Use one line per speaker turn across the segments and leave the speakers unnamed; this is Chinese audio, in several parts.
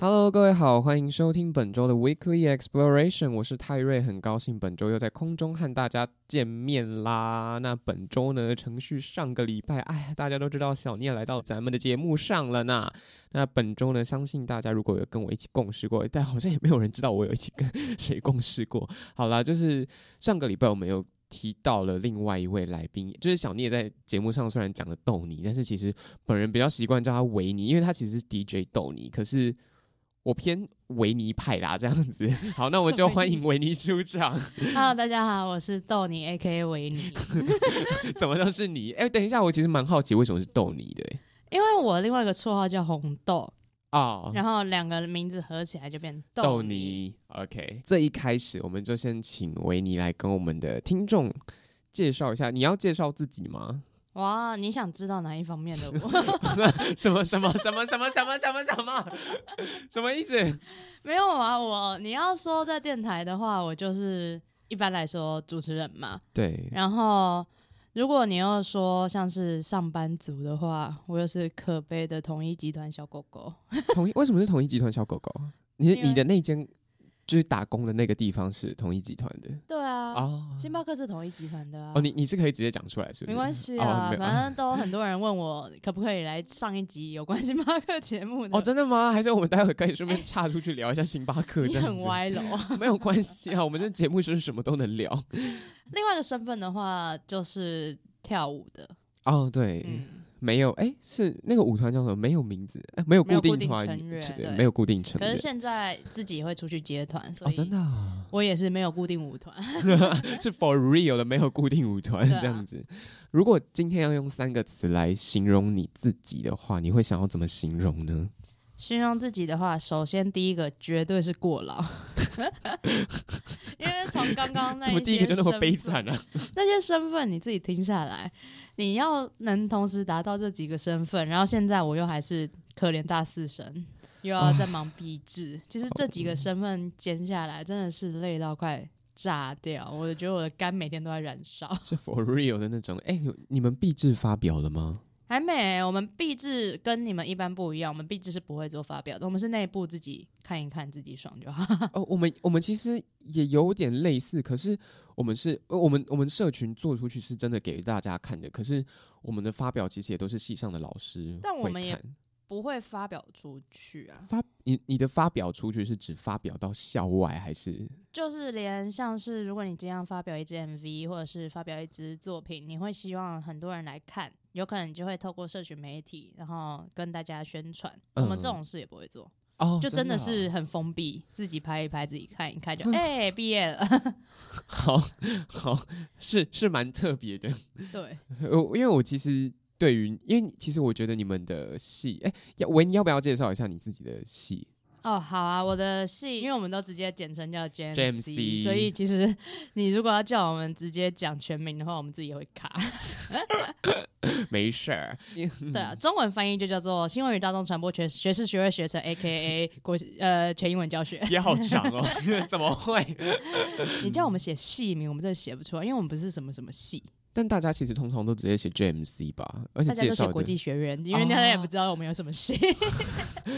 Hello，各位好，欢迎收听本周的 Weekly Exploration，我是泰瑞，很高兴本周又在空中和大家见面啦。那本周呢，程序上个礼拜，哎，大家都知道小念来到咱们的节目上了呢。那本周呢，相信大家如果有跟我一起共事过，但好像也没有人知道我有一起跟 谁共事过。好啦，就是上个礼拜我们有。提到了另外一位来宾，就是小聂在节目上虽然讲了豆泥，但是其实本人比较习惯叫他维尼，因为他其实是 DJ 豆泥，可是我偏维尼派啦，这样子。好，那我就欢迎维尼出场。
Hello，大家好，我是豆泥 A.K.A 维尼。
怎么都是你？哎、等一下，我其实蛮好奇为什么是逗你的、欸。
因为我另外一个绰号叫红豆，
哦，
然后两个名字合起来就变
逗
泥。
你。OK，这一开始我们就先请维尼来跟我们的听众介绍一下。你要介绍自己吗？
哇，你想知道哪一方面的我？
什么什么什么什么什么什么什么 什么意思？
没有啊，我你要说在电台的话，我就是一般来说主持人嘛。
对，
然后如果你要说像是上班族的话，我又是可悲的统一集团小狗狗。
统一为什么是统一集团小狗狗？啊你
因为
你的那间就是打工的那个地方是统一集团的
对啊，
哦
星巴克是统一集团的啊。
哦，你你是可以直接讲出来，是不是？
没关系
哦
啊，
没有
反正都很多人问我可不可以来上一集有关星巴克节目的。
哦，真的吗？还是我们待会可以顺便岔出去聊一下星巴克
你
这样子？
很 歪楼。
没有关系啊，我们这节目是什么都能聊。
另外一个身份的话，就是跳舞的，
哦，对，
嗯，
没有，哎、是那个舞团叫什么？没有名字，哎、没有
没有
固
固
定
定
团
成员
成
对
没有固定成
可
员
是。现在自己会出去接团，所
哦，
以
真的、啊、
我也是没有固定舞团。
是 for real 的，没有固定舞团
对啊
这样子。如果今天要用三个词来形容你自己的话，你会想要怎么形容呢？
形容自己的话，首先第一个绝对是过劳， 因为从刚刚那
怎么第一个就那么悲惨
啊？
啊？
那些身份你自己听下来，你要能同时达到这几个身份，然后现在我又还是可怜大四生，又要在忙毕制，其实这几个身份兼下来，真的是累到快炸掉。我觉得我的肝每天都在燃烧。
是 for real 的那种。哎、有你们毕制发表了吗？
还没，我们毕制跟你们一般不一样，我们毕制是不会做发表的，我们是内部自己看一看，自己爽就好。
哦，我们我们其实也有点类似，可是我们是，呃我们我们社群做出去是真的给大家看的，可是我们的发表其实也都是系上的老师
但我
会
们也
看
不会发表出去啊，
发你你的发表出去是指发表到校外还是？
就是连像是如果你今天要发表一支 MV 或者是发表一支作品，你会希望很多人来看，有可能你就会透过社群媒体，然后跟大家宣传。我们这
嗯
种事也不会做，
哦，
就真
的
的
啊
是很封闭，自己拍一拍，自己看一 看，就哎、毕业了。
好好是是蛮特别的，
对，
呃，因为我其实。对于，因为你其实我觉得你们的戏，哎，要维，你要不要介绍一下你自己的戏？
哦，好啊，我的戏，因为我们都直接简称叫 JMC，
JMC
所以其实 你如果要叫我们直接讲全名的话，我们自己也会卡。
没事儿，。
对啊，中文翻译就叫做新闻与大众传播学学士学位学程 （A K A 国呃全英文教学
也好长哦， 怎么会？
你叫我们写系名，我们真的写不出来，因为我们不是什么什么系，
但大家其实通常都直接写 JMC 吧，而且
大家
介
都写
绍
国际
的
学院，因为大家也不知道我们有什么系。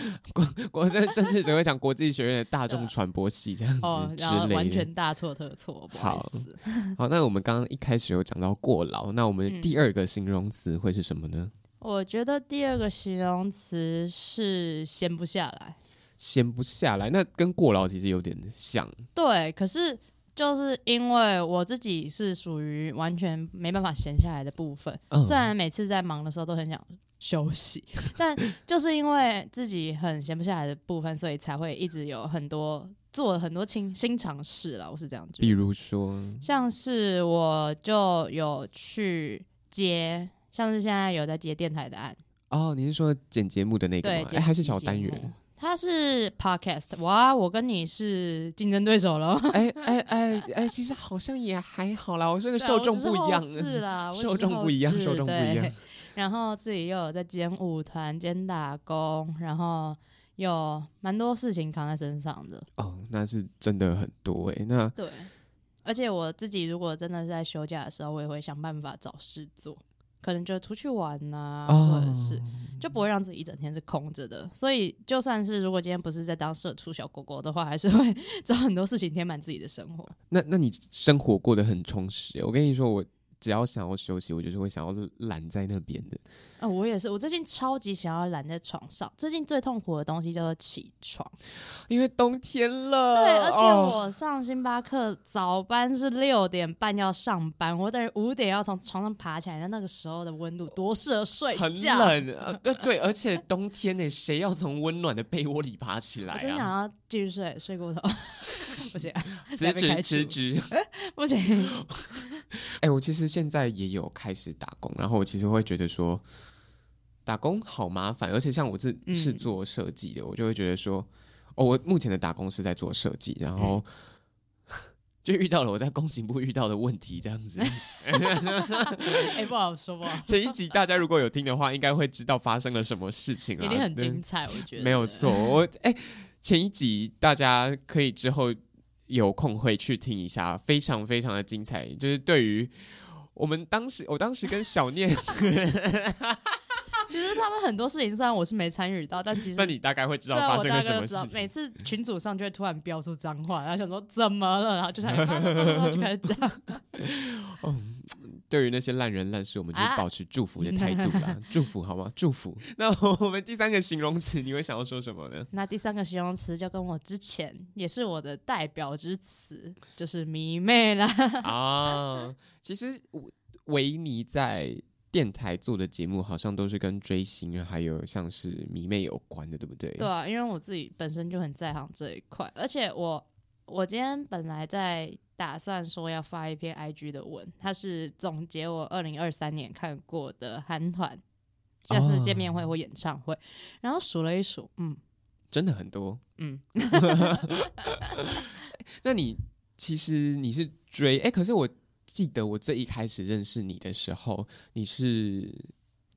国甚甚至只会讲国际学院的大众
对啊
传播系这样子
哦，
之
然后
类
完
的。
全大错特错，不好意思。
好，那我们刚刚一开始有讲到过劳，那我们
嗯
第二个形容词会是什么呢？
我觉得第二个形容词是闲不下来，
闲不下来，那跟过劳其实有点像。
对，可是。就是因为我自己是属于完全没办法闲下来的部分，
嗯，
虽然每次在忙的时候都很想休息，但就是因为自己很闲不下来的部分，所以才会一直有很多做了很多新新尝试啦，我是这样觉
比
得。
如说，
像是我就有去接，像是现在有在接电台的案，
哦，你是说剪节目的那个
对
吗？，哎、
剪
还是
辑
小
节
单
目
元？。
他是 podcast，哇，我跟你是竞争对手喽。
哎哎哎哎，其实好像也还好啦，我这个
对
受
我只
众
哦是
不一
后
样啊，
置啦，我只
受
是
众
后
不一样
置
受众不一
对
样
然后自己又有在兼舞团、兼打工，然后有蛮多事情扛在身上的。
哦，那是真的很多哎、那
对，而且我自己如果真的是在休假的时候，我也会想办法找事做，可能就出去玩呐、或者是就不会让自己一整天是空着的。所以，就算是如果今天不是在当社畜小狗狗的话，还是会 找很多事情填满自己的生活。
那那你生活过得很充实、欸。我跟你说，我只要想要休息，我就是会想要懒在那边的。
啊，我也是，我最近超级想要懒在床上。最近最痛苦的东西叫做起床。
因为冬天了，
对，而且
哦
我上星巴克早班是六点半要上班，我等于五点要从床上爬起来。那那个时候的温度多适合睡
很
觉，
冷啊，对对，而且冬天呢、欸谁要从温暖的被窝里爬起来
我真想
啊？
要继续睡，睡过头， 不行，
辞
再被
职
开除
辞职。
不行。
哎、我其实现在也有开始打工，然后我其实会觉得说，打工好麻烦，而且像我是是
嗯
做设计的，我就会觉得说，哦，我目前的打工是在做设计，
嗯
然后 就遇到了我在工行部遇到的问题，这样子。
哎、不好说，不好
前一集大家如果有听的话，应该会知道发生了什么事情
说，
了，
一定很
对
精彩，我觉得
没有错，我哎、前一集大家可以之后有空会去听一下，非常非常的精彩。就是对于我们当时，我当时跟小念，
其实他们很多事情，虽然我是没参与到，但其实
那你大概会知道
对啊
发
我
生
大
了
概
什
就
么
知道，
事
每
情。
次群主上就会突然飙出脏话，然后想说怎么了，然后 就开始 啪啪啪啪啪就开始讲。
对于那些烂人烂事，我们就是
啊
保持祝福的态度啦， 祝福好吗？祝福。那我们第三个形容词，你会想要说什么 呢？
那第三个形容词就跟我之前也是我的代表之词，就是迷妹啦。
啊，其实我维尼在。电台做的节目好像都是跟追星啊还有像是迷妹有关的，对不对？
对啊，因为我自己本身就很在行这一块，而且我我今天本来在打算说要发一篇 IG 的文，它是总结我二零二三年看过的韩团，像是见面会
哦
或演唱会，然后数了一数，嗯
真的很多。
嗯，
那你其实你是追哎、可是我记得我最一开始认识你的时候，你是、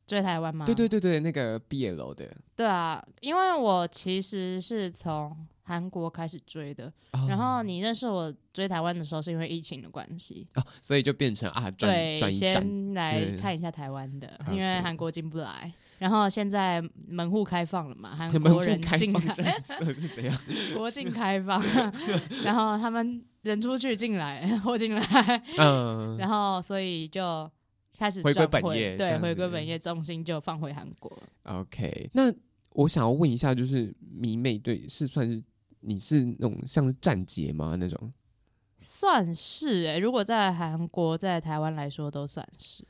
追台湾吗？
对对对对，那个 BL 的，
对啊，因为我其实是从韩国开始追的，
哦
然后你认识我追台湾的时候是因为疫情的关系，
哦，所以就变成啊转
对，
转一转
先来
对
看一下台湾的，因
OK
为韩国进不来。然后现在门户开放了 嘛，韩
门
国
户
人
开
进
放
来，
政策是怎样？
国境开 放，然后他们人出去进来或进来，
嗯，
然后所以就开始
回归
转
本业这
对，
样
回归
子嗯
本业，重心就放回韩国。
OK，那我想要问一下，就是迷妹对是算是你是那种像是站姐吗？那种
算是哎、如果在韩国、在台湾来说都算是。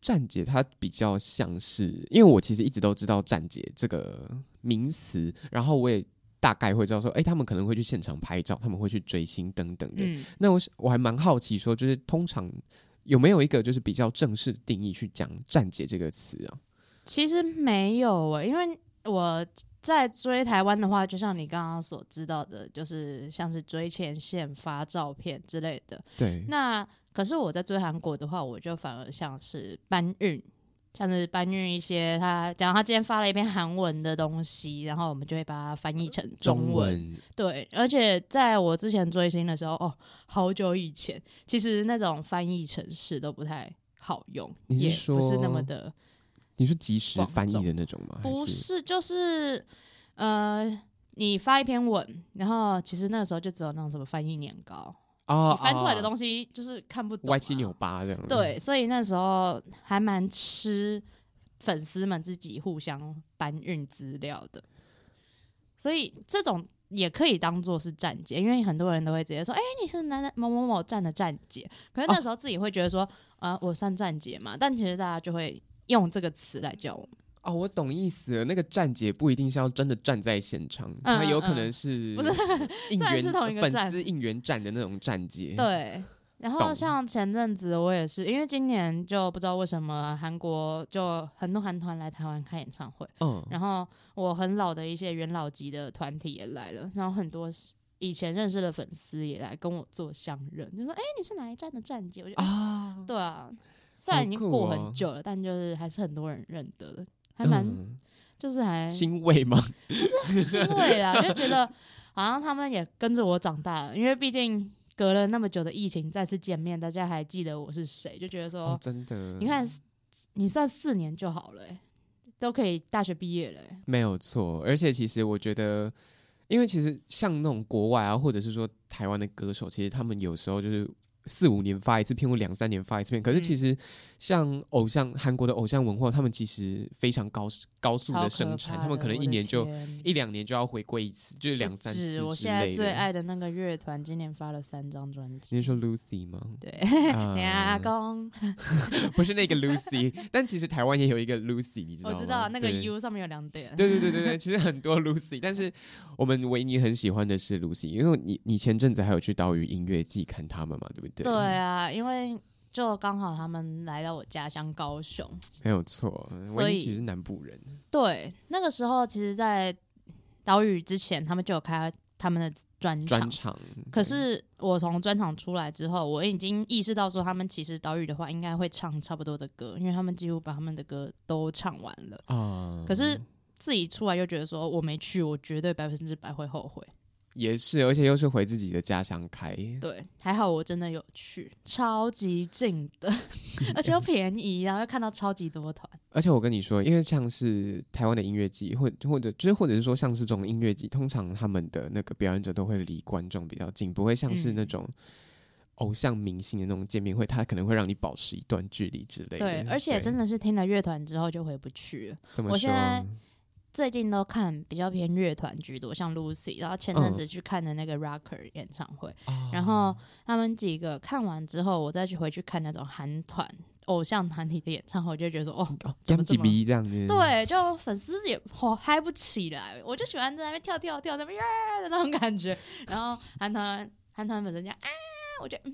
站姐她比较像是，因为我其实一直都知道站姐这个名词，然后我也大概会知道说，哎、他们可能会去现场拍照，他们会去追星等等的。
嗯，
那我是我还蛮好奇说，就是通常有没有一个就是比较正式定义去讲站姐这个词啊？
其实没有欸诶、因为我在追台湾的话，就像你刚刚所知道的，就是像是追前线、发照片之类的。
对，
那可是我在追韩国的话，我就反而像是搬运，像是搬运一些他，假如他今天发了一篇韩文的东西，然后我们就会把它翻译成
嗯
中文。对，而且在我之前追星的时候，哦，好久以前，其实那种翻译程式都不太好用，
你是
也不是
说
那么的，
你是即时
广
翻译
众
的那种吗？还
不
是
是，就是呃，你发一篇文，然后其实那个时候就只有那种什么翻译年糕，
哦
你翻出来的
西
东西就是看不懂、啊，
歪七扭嗯八这样。
对，，所以那时候还蛮吃粉丝们自己互相搬运资料的，所以这种也可以当做是站姐，因为很多人都会直接说：“哎、你是哪哪某某某站的站姐。”可是
哦
那时呃候自己会觉得说：“啊、我算站姐嘛？”但其实大家就会用这个词来叫我们。
哦，我懂意思了。那个站姐不一定是要真的站在现场，
嗯
她有可
嗯
能是
不是
应
虽然
援
是同一个
粉
站
丝应援站的那种站姐。
对。然后
懂
像前阵子我也是，因为今年就不知道为什么韩国就很多韩团来台湾开演唱会，
嗯，
然后我很老的一些元老级的团体也来了，然后很多以前认识的粉丝也来跟我做相认，就说：“哎、你是哪一站的站姐？”我就、啊、
啊，
对啊，虽然已经过
好酷哦
很久了，但就是还是很多人认得的，还蛮、哎
嗯
就是还
欣慰吗？
欣慰啦， 就觉得好像他们也跟着我长大了，因为毕竟隔了那么久的疫情再次见面，大家还记得我是谁，就觉得说，
哦，真的，
你看你算四年就好了欸、都可以大学毕业了欸、
没有错，而且其实我觉得，因为其实像那种国外啊，或者是说台湾的歌手，其实他们有时候就是四五年发一次片，或两三年发一次片。可是
嗯
其实像偶像韩国的偶像文化，他们其实非常高高速
超
的
可
生产，
怕
他们
的
可能
我
一
的
年就
天
一两年就要回归一次，就是
不
两三次
止我
之
现在
类
最
的。
爱的那个乐团，今年发了三张专辑。
你是说 Lucy 吗？
对，
啊
阿公，
不是那个 Lucy，但其实台湾也有一个 Lucy，你知道
我
吗？
知道那个
对
U 上面有两 点。
对对对对对，其实很多 Lucy，但是我们维尼很喜欢的是 Lucy，因为你你前阵子还有去岛屿音乐季看他们嘛，对不对？
对，啊，因为就刚好他们来到我家乡高雄，
没有错。
所
维
以
尼其实是南部人，
对，那个时候其实，在岛屿之前，他们就有开他们的专场。
专场。
可
对
是我从专场出来之后，我已经意识到说，他们其实岛屿的话应该会唱差不多的歌，因为他们几乎把他们的歌都唱完了。
啊，
可是自己出来又觉得说，我没去，我绝对百分之百会后悔。
也是，而且又是回自己的家乡开，
对，还好我真的有去，超级近的，而且又便宜，然后又看到超级多团。
而且我跟你说，因为像是台湾的音乐季，或或者就是或者是说像是这种音乐季，通常他们的那个表演者都会离观众比较近，不会像是那
嗯
种偶像明星的那种见面会，他可能会让你保持一段距离之类的。
对，而且
对
真的是听了乐团之后就回不去了。
怎么
我现
说
在最近都看比较偏乐团居多，像 Lucy，然后前
嗯
阵子去看的那个 Rocker 演唱会，
啊
然后他们几个看完之后，我再去回去看那种韩团、偶像团体的演唱会，我就觉得说，哦，
哦，
怎
干
么
几
这么
鼻这样子，，
对，就粉丝也哦嗨不起来，我就喜欢在那边跳跳跳，在那边耶的那种感觉。然后韩团韩团粉丝讲啊，
嗯
我觉得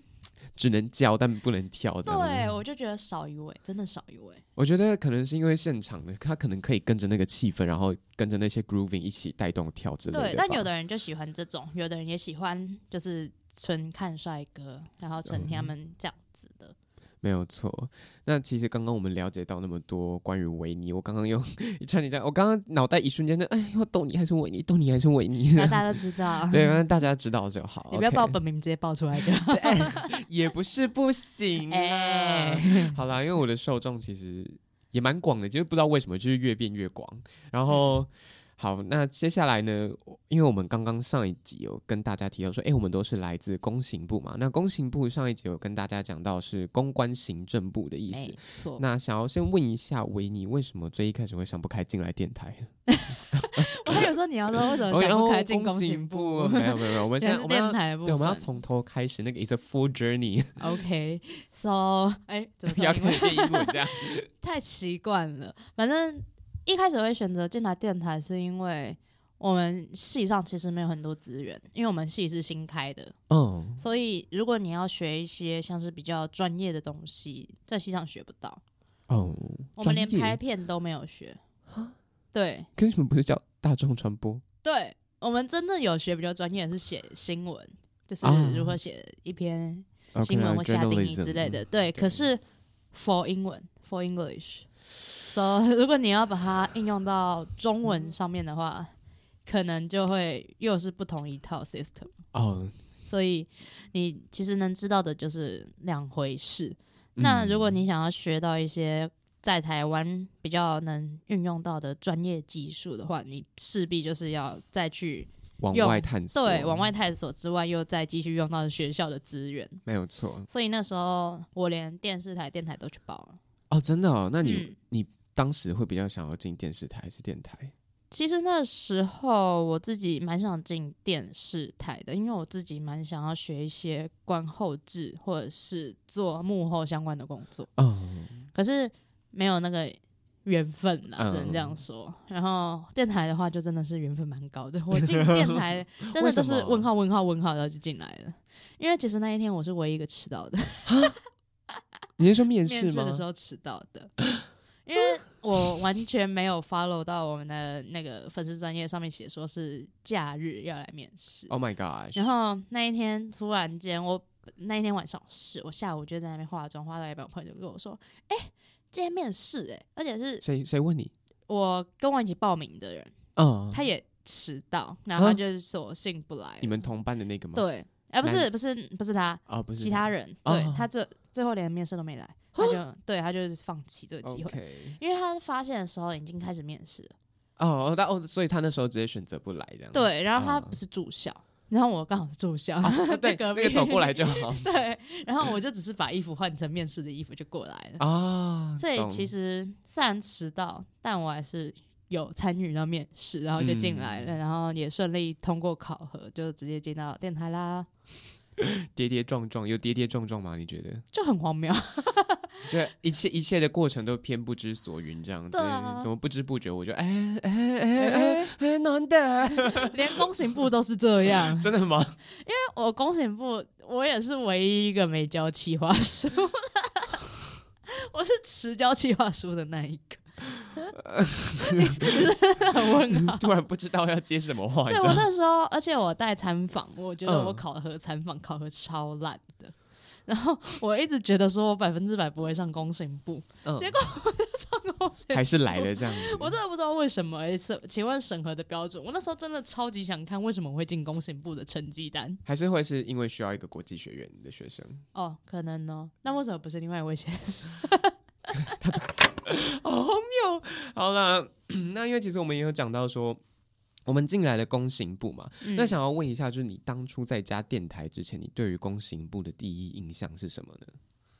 只能叫但不能跳这样子。
对，我就觉得少一位，真的少一位。
我觉得可能是因为现场的，他可能可以跟着那个气氛，然后跟着那些 grooving 一起带动跳之类
对，
的吧。
但有的人就喜欢这种，有的人也喜欢就是纯看帅哥，然后纯
嗯
听他们这样子的。
没有错。那其实刚刚我们了解到那么多关于维尼，我刚刚又 一串你这样，我刚刚脑袋一瞬间的，哎，要逗你还是维尼，逗你还是维尼。，
那大家都知道
对，让大家知道就好。
你不要
OK
把我本名直接报出来就好。
也不是不行啊。
哎嗯
好啦，因为我的受众其实也蛮广的，就是不知道为什么就是越变越广。然后、
嗯
好，那接下来呢，我因为我们刚刚上一集有跟大家提到说，诶，我们都是来自公行部嘛。那公行部上一集有跟大家讲到是公关行政部的意思。
没错，
那想要先问一下维尼，为什么最一开始会想不开进来电台？
我还有时候你要说为什么
哦
想不
哦
开进
公
攻行
部， 没有没有没有，我们
原
现在
来是
我们
电
要
台的部
对，我们要
分
从头开始，那个 is a full journey，
OK，so，、哎，怎么
要
跳英
开
文？
始英文 这样。
太习惯了。反正一开始会选择进来电台，是因为我们系上其实没有很多资源，因为我们系是新开的，
嗯，
所以如果你要学一些像是比较专业的东西，在系上学不到，
哦，
我
专
们连
业
拍片都没有学。对
可是你们不是叫大众传播？
对，我们真正有学比较专业的是写新闻，就是
啊
如何写一篇
哦 OK
新
啦
闻或下定义
journalism 嗯
之类的。对，
对
可是 for 英文，for English。So，如 果你要把它应用到中文上面的话，可能就会又是不同一套 system。
哦。
所以你其实能知道的就是两回事。那如果
嗯
你想要学到一些在台湾比较能运用到的专业技术的话，你势必就是要再去
往
用
外探索，
对往外探索之外，又再继续用到学校的资源。
没有错
所以那时候我连电视台、电台都去报了。
哦，真的哦。那你、
嗯
你当时会比较想要进电视台还是电台？
其实那时候我自己蛮想进电视台的，因为我自己蛮想要学一些观后制或者是做幕后相关的工作，
哦，
可是没有那个缘分啦，
嗯
只能这样说。然后电台的话，就真的是缘分蛮高的。我进电 台真的就是
为什么
问号问号问号，然后就进来了。因为其实那一天我是唯一一个迟到的，
你是说面
面
试
试
吗
的？时候迟到的，因为我完全没有 follow 到我们的那个粉丝专业上面写说是假日要来面试。
Oh my god！
然后那一天突然间，我那一天晚上是我下午就在那边化妆，化到一半，我朋友就跟我说：“哎、今天面试哎、而且是
谁谁问你？
我跟我一起报名的人，
嗯，
他也迟到，然后
啊
他就是索性不来了。
你们同班的那个吗？，
对，哎、不是
男
不是不是他，
啊，不是
其他人，
哦
对他最最后连面试都没来，他就对他就是放弃这个
哦
机会。
OK，
因为他发现的时候已经开始面试了，
哦，那哦，所以他那时候直接选择不来这样。
对，然后他
啊
不是住校，然后我刚好是住校，
啊，对，
隔
那
壁
个走过来就好
对，然后我就只是把衣服换成面试的衣服就过来了。
啊。
所以
懂
其实虽然迟到，但我还是有参与到面试，然后就进来了，然后也顺利通过考核，就直接进到电台啦，
跌跌撞撞，有跌跌撞撞吗？你觉得？
就很荒 谬。
就一切一切的过程都偏不知所云这样子，
对啊
怎么不知不觉我就哎哎哎哎哎，难得，，
连工行部都是这样
真的吗？
我工行部我也是唯一一个没交企划书 的，我是迟交企划书的那一个。 你是很问号。
突然不知道要接什么话，你知
对我
道吗？
那时候，而且我带参访，我觉得我
嗯
考核参访考核超烂的。然后我一直觉得说我百分之百不会上工信部，
嗯
结果上工信
还是来了这样子，
我真的不知道为什么。哎，是请问审核的标准？我那时候真的超级想看为什么我会进工信部的成绩单
还是会是因为需要一个国际学院的学 生，
哦，可能哦。那为什么不是另外一位先？
好荒谬。好啦，那因为其实我们也有讲到说。我们进来了工行部嘛，
嗯
那想要问一下，就是你当初在加电台之前，你对于工行部的第一印象是什么呢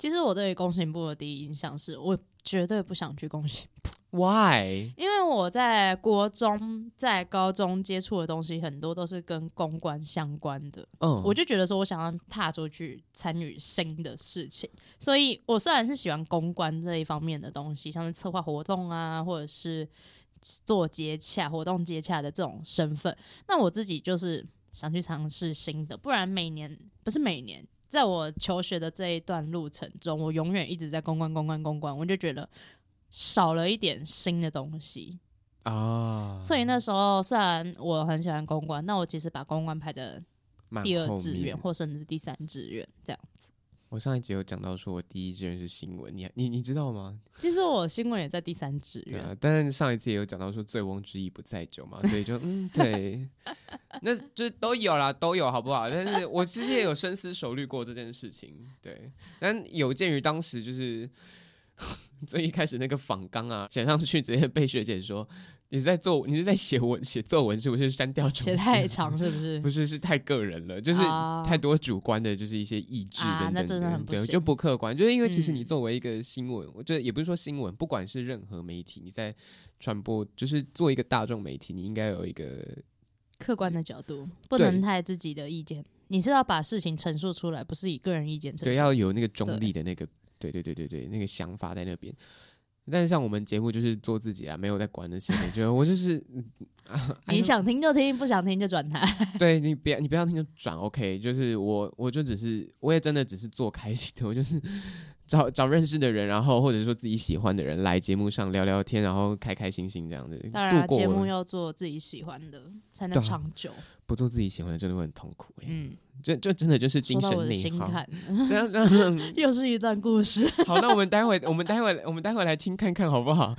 其实我对于工信部的第一印象是我绝对不想去工信
？Why？
因为我在国中、在高中接触的东西很多都是跟公关相关的，
嗯，
我就觉得说我想要踏出去参与新的事情，所以我虽然是喜欢公关这一方面的东西，像是策划活动啊，或者是做接洽、活动接洽的这种身份，那我自己就是想去尝试新的，不然每年不是每年。在我求学的这一段路程中，我永远一直在公关、公关、公关，我就觉得少了一点新的东西。
啊，
所以那时候虽然我很喜欢公关，那我其实把公关排的
蛮
第二
后
志愿
面
或甚至第三志愿这样。
我上一集有讲到说，我第一志愿是新闻，你你你知道吗？
其实我新闻也在第三志
对
愿，
啊，但是上一次也有讲到说“醉翁之意不在酒”嘛，所以就 嗯，对，那就是都有啦，都有好不好？但是我其实也有深思熟虑过这件事情，对，但有鉴于当时就是 最一开始那个访纲啊，写上去直接被学姐说你是在做，你是在写文写作文是不是？删掉重
写
新
太，长是 不是？
不是是太个人了，就是
啊
太多主观的，就是一些意志
啊
等
那
等
真的很不
对，
行
就不客观。就是因为其实你
嗯
作为一个新闻，我觉得也不是说新闻，不管是任何媒体，你在传播，就是做一个大众媒体，你应该有一个
客观的角度，不
对
能太自己的意见。你是要把事情陈述出来，不是以个人意见陈述。
对要有那个中
对
立的那个，对对对对对，那个想法在那边。但是像我们节目就是做自己啊，没有在管那些，就我就是嗯啊哎嗯
你
呀
想听就听，不想听就转台。
对你不要你不要听就转 OK，就是我我就只是我也真的只是做开心的，我就是 找找认识的人，然后或者说自己喜欢的人来节目上聊聊天，然后开开心心这样子
当然啊，
度过
节
我
目
们
要做自己喜欢的，才
对
能
啊
长久。
不做自己喜欢的真的会很痛苦哎、欸，
嗯，
这、就真的就是精
说到我
神
的
内
心
耗。
坎，
这样这样
又是一段故事。
好，那我们待会我们待会我们待会来听看看好不好？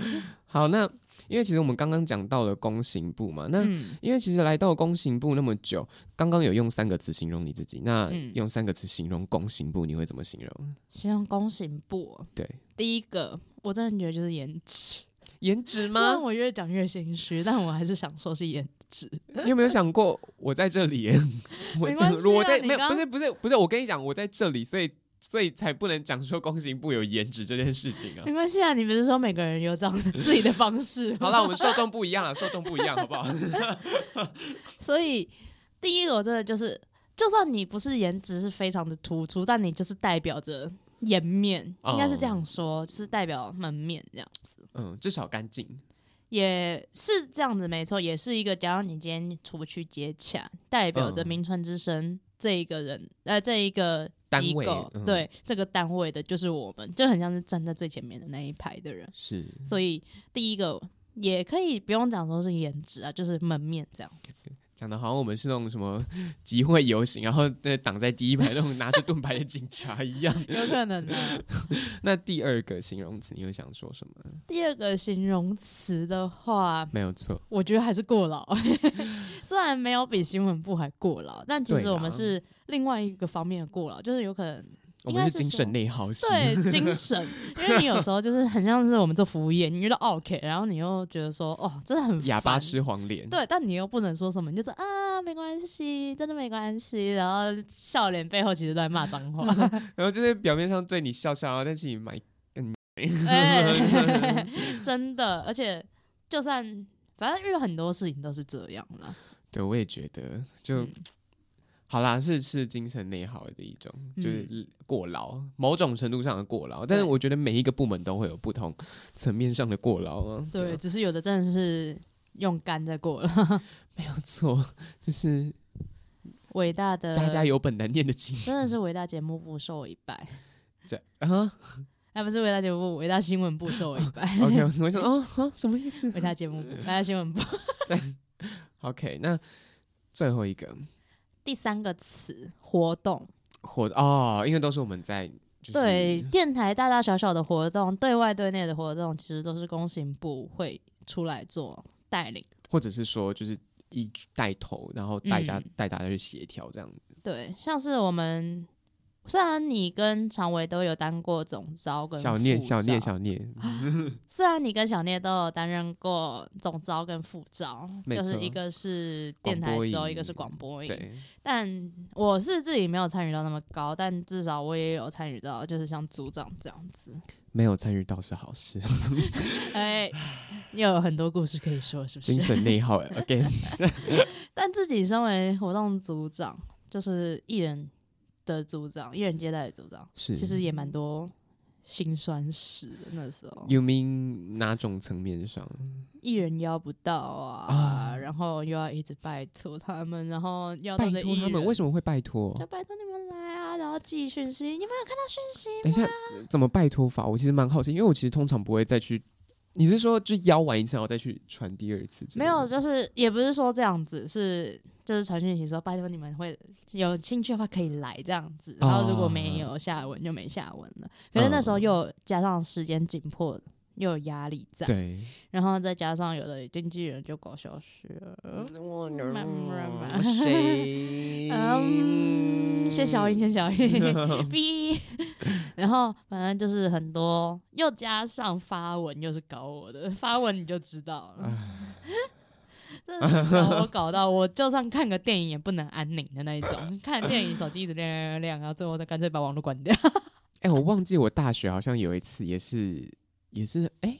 好，那因为其实我们刚刚讲到了工行部嘛，那。
嗯，
因为其实来到工行部那么久，刚刚有用三个词形容你自己，那
嗯
用三个词形容工行部，你会怎么形容？
先恭喜不？
对，
哦第一个，我真的觉得就是颜值。
颜值
虽然
吗？
我越讲越心虚，但我还是想说是颜值。
你有没有想过我在这里耶？ 我
没
这样
关系啊
如果我在
你
没有
刚
不是不是不是，我跟你讲，我在这里，所以所以才不能讲说工行部有颜值这件事 情啊
没。关系啊，你不是说每个人有长自己的方式吗？
好了，我们受众不一样了，受众不一样，好不好？
所以第一个我真的就是，就算你不是颜值是非常的突出，但
哦
你就是代表着颜面，应该是这样说，就是代表门面这样子。
嗯，至少干净。
也是这样子，没错，也是一个。假如你今天出去接洽，代表着
嗯
名川之声这一个人，呃，这一个
单
机
位
构，
嗯
对这个单位的，就是我们，就很像是站在最前面的那一排的人。
是，
所以第一个也可以不用讲说是颜值啊，就是门面这样。
讲的好像我们是那种什么集会游行，然后对挡在第一排那种拿着盾牌的警察一样。
有可能啊。
那第二个形容词，你会想说什么？
第二个形容词的话，
没有错，
我觉得还是过劳， 虽然没有比新闻部还过劳，但其实
对啦
我们是另外一个方面的过劳，就是有可能
我
应该
们
是
精
说
神内耗系。
对精神，因为你有时候就是很像是我们做服务业，你遇到 OK，然后你又觉得说哦，真的很
哑巴
烦
吃黄连。
对，但你又不能说什么，你就是啊，没关系，真的没关系，然后笑脸背后其实都在骂脏话，
然后就是表面上对你笑笑，然后但是你买更
哎， 真的，而且就算反正遇到很多事情都是这样啦。
对，我也觉得就、
嗯
好啦，是是精神内耗的一种，就是过劳，某种程度上的过劳。但是
对
我觉得每一个部门都会有不同层面上的过劳啊。
对，
啊，
只是有的真的是用肝在过了。
没有错， 就是
伟大的，
家家有本难念的经。
真的是伟大节目部受我一拜，
这啊，
哎，不是伟大节目部，伟大新闻部受我一拜
，OK，我想 哦，啊，什么意 思
伟大节目部，伟大新闻部。
？OK，那最后一个
第三个词活动，
活哦，因为都是我们在就是
对电台大大小小的活动，对外对内的活动，其实都是工行部会出来做带领。
或者是说就是一带头，然后带家
嗯
带大家去协调这样子。
对，像是我们，虽然你跟常伟都有当过总招跟
小念
副啊
小念
招
小念，
虽然你跟小聂都有担任过总招跟副招，
没
就
错
是一个是
广
电台
播
招，
营
一个是广播营。
对，
但我是自己没有参与到那么高，但至少我也有参与到，就是像组长这样子。
没有参与到是好事，
哎，又有很多故事可以说，是不
精
是？
神内 耗 again。
但自己身为活动组长，就是艺人的组长，艺人接待的组长，
是，
其实也蛮多辛酸史的。那时候，
you mean 哪种层面上？
艺人邀不到啊，然后又要一直拜托他们，然后要
拜托他们为
么
什么会拜托
就？拜托你们来啊，然后寄讯息，你们有看到讯息吗？
等一下，呃怎么拜托法？我其实蛮好奇，因为我其实通常不会再去。你是说就邀完一次，然后再去传第二次之类
没
的吗？
有，就是也不是说这样子，是就是传讯息说拜托你们会有兴趣的话可以来这样子，
哦
然后如果没有下文就没下文了。可是那时候又加上时间紧迫，又有压力在，
对，
然后再加上有的经纪人就搞消失了。
嗯我
慢慢慢
谁？
嗯，谢小英，谢 小英，哔。 然后反正就是很多，又加上发文又是搞我的，发文你就知道了，真的是把我搞到我就算看个电影也不能安宁的那一种，看电影手机一直亮亮亮亮，然后最后再干脆把网络关掉。
哎、我忘记我大学好像有一次也是也是哎、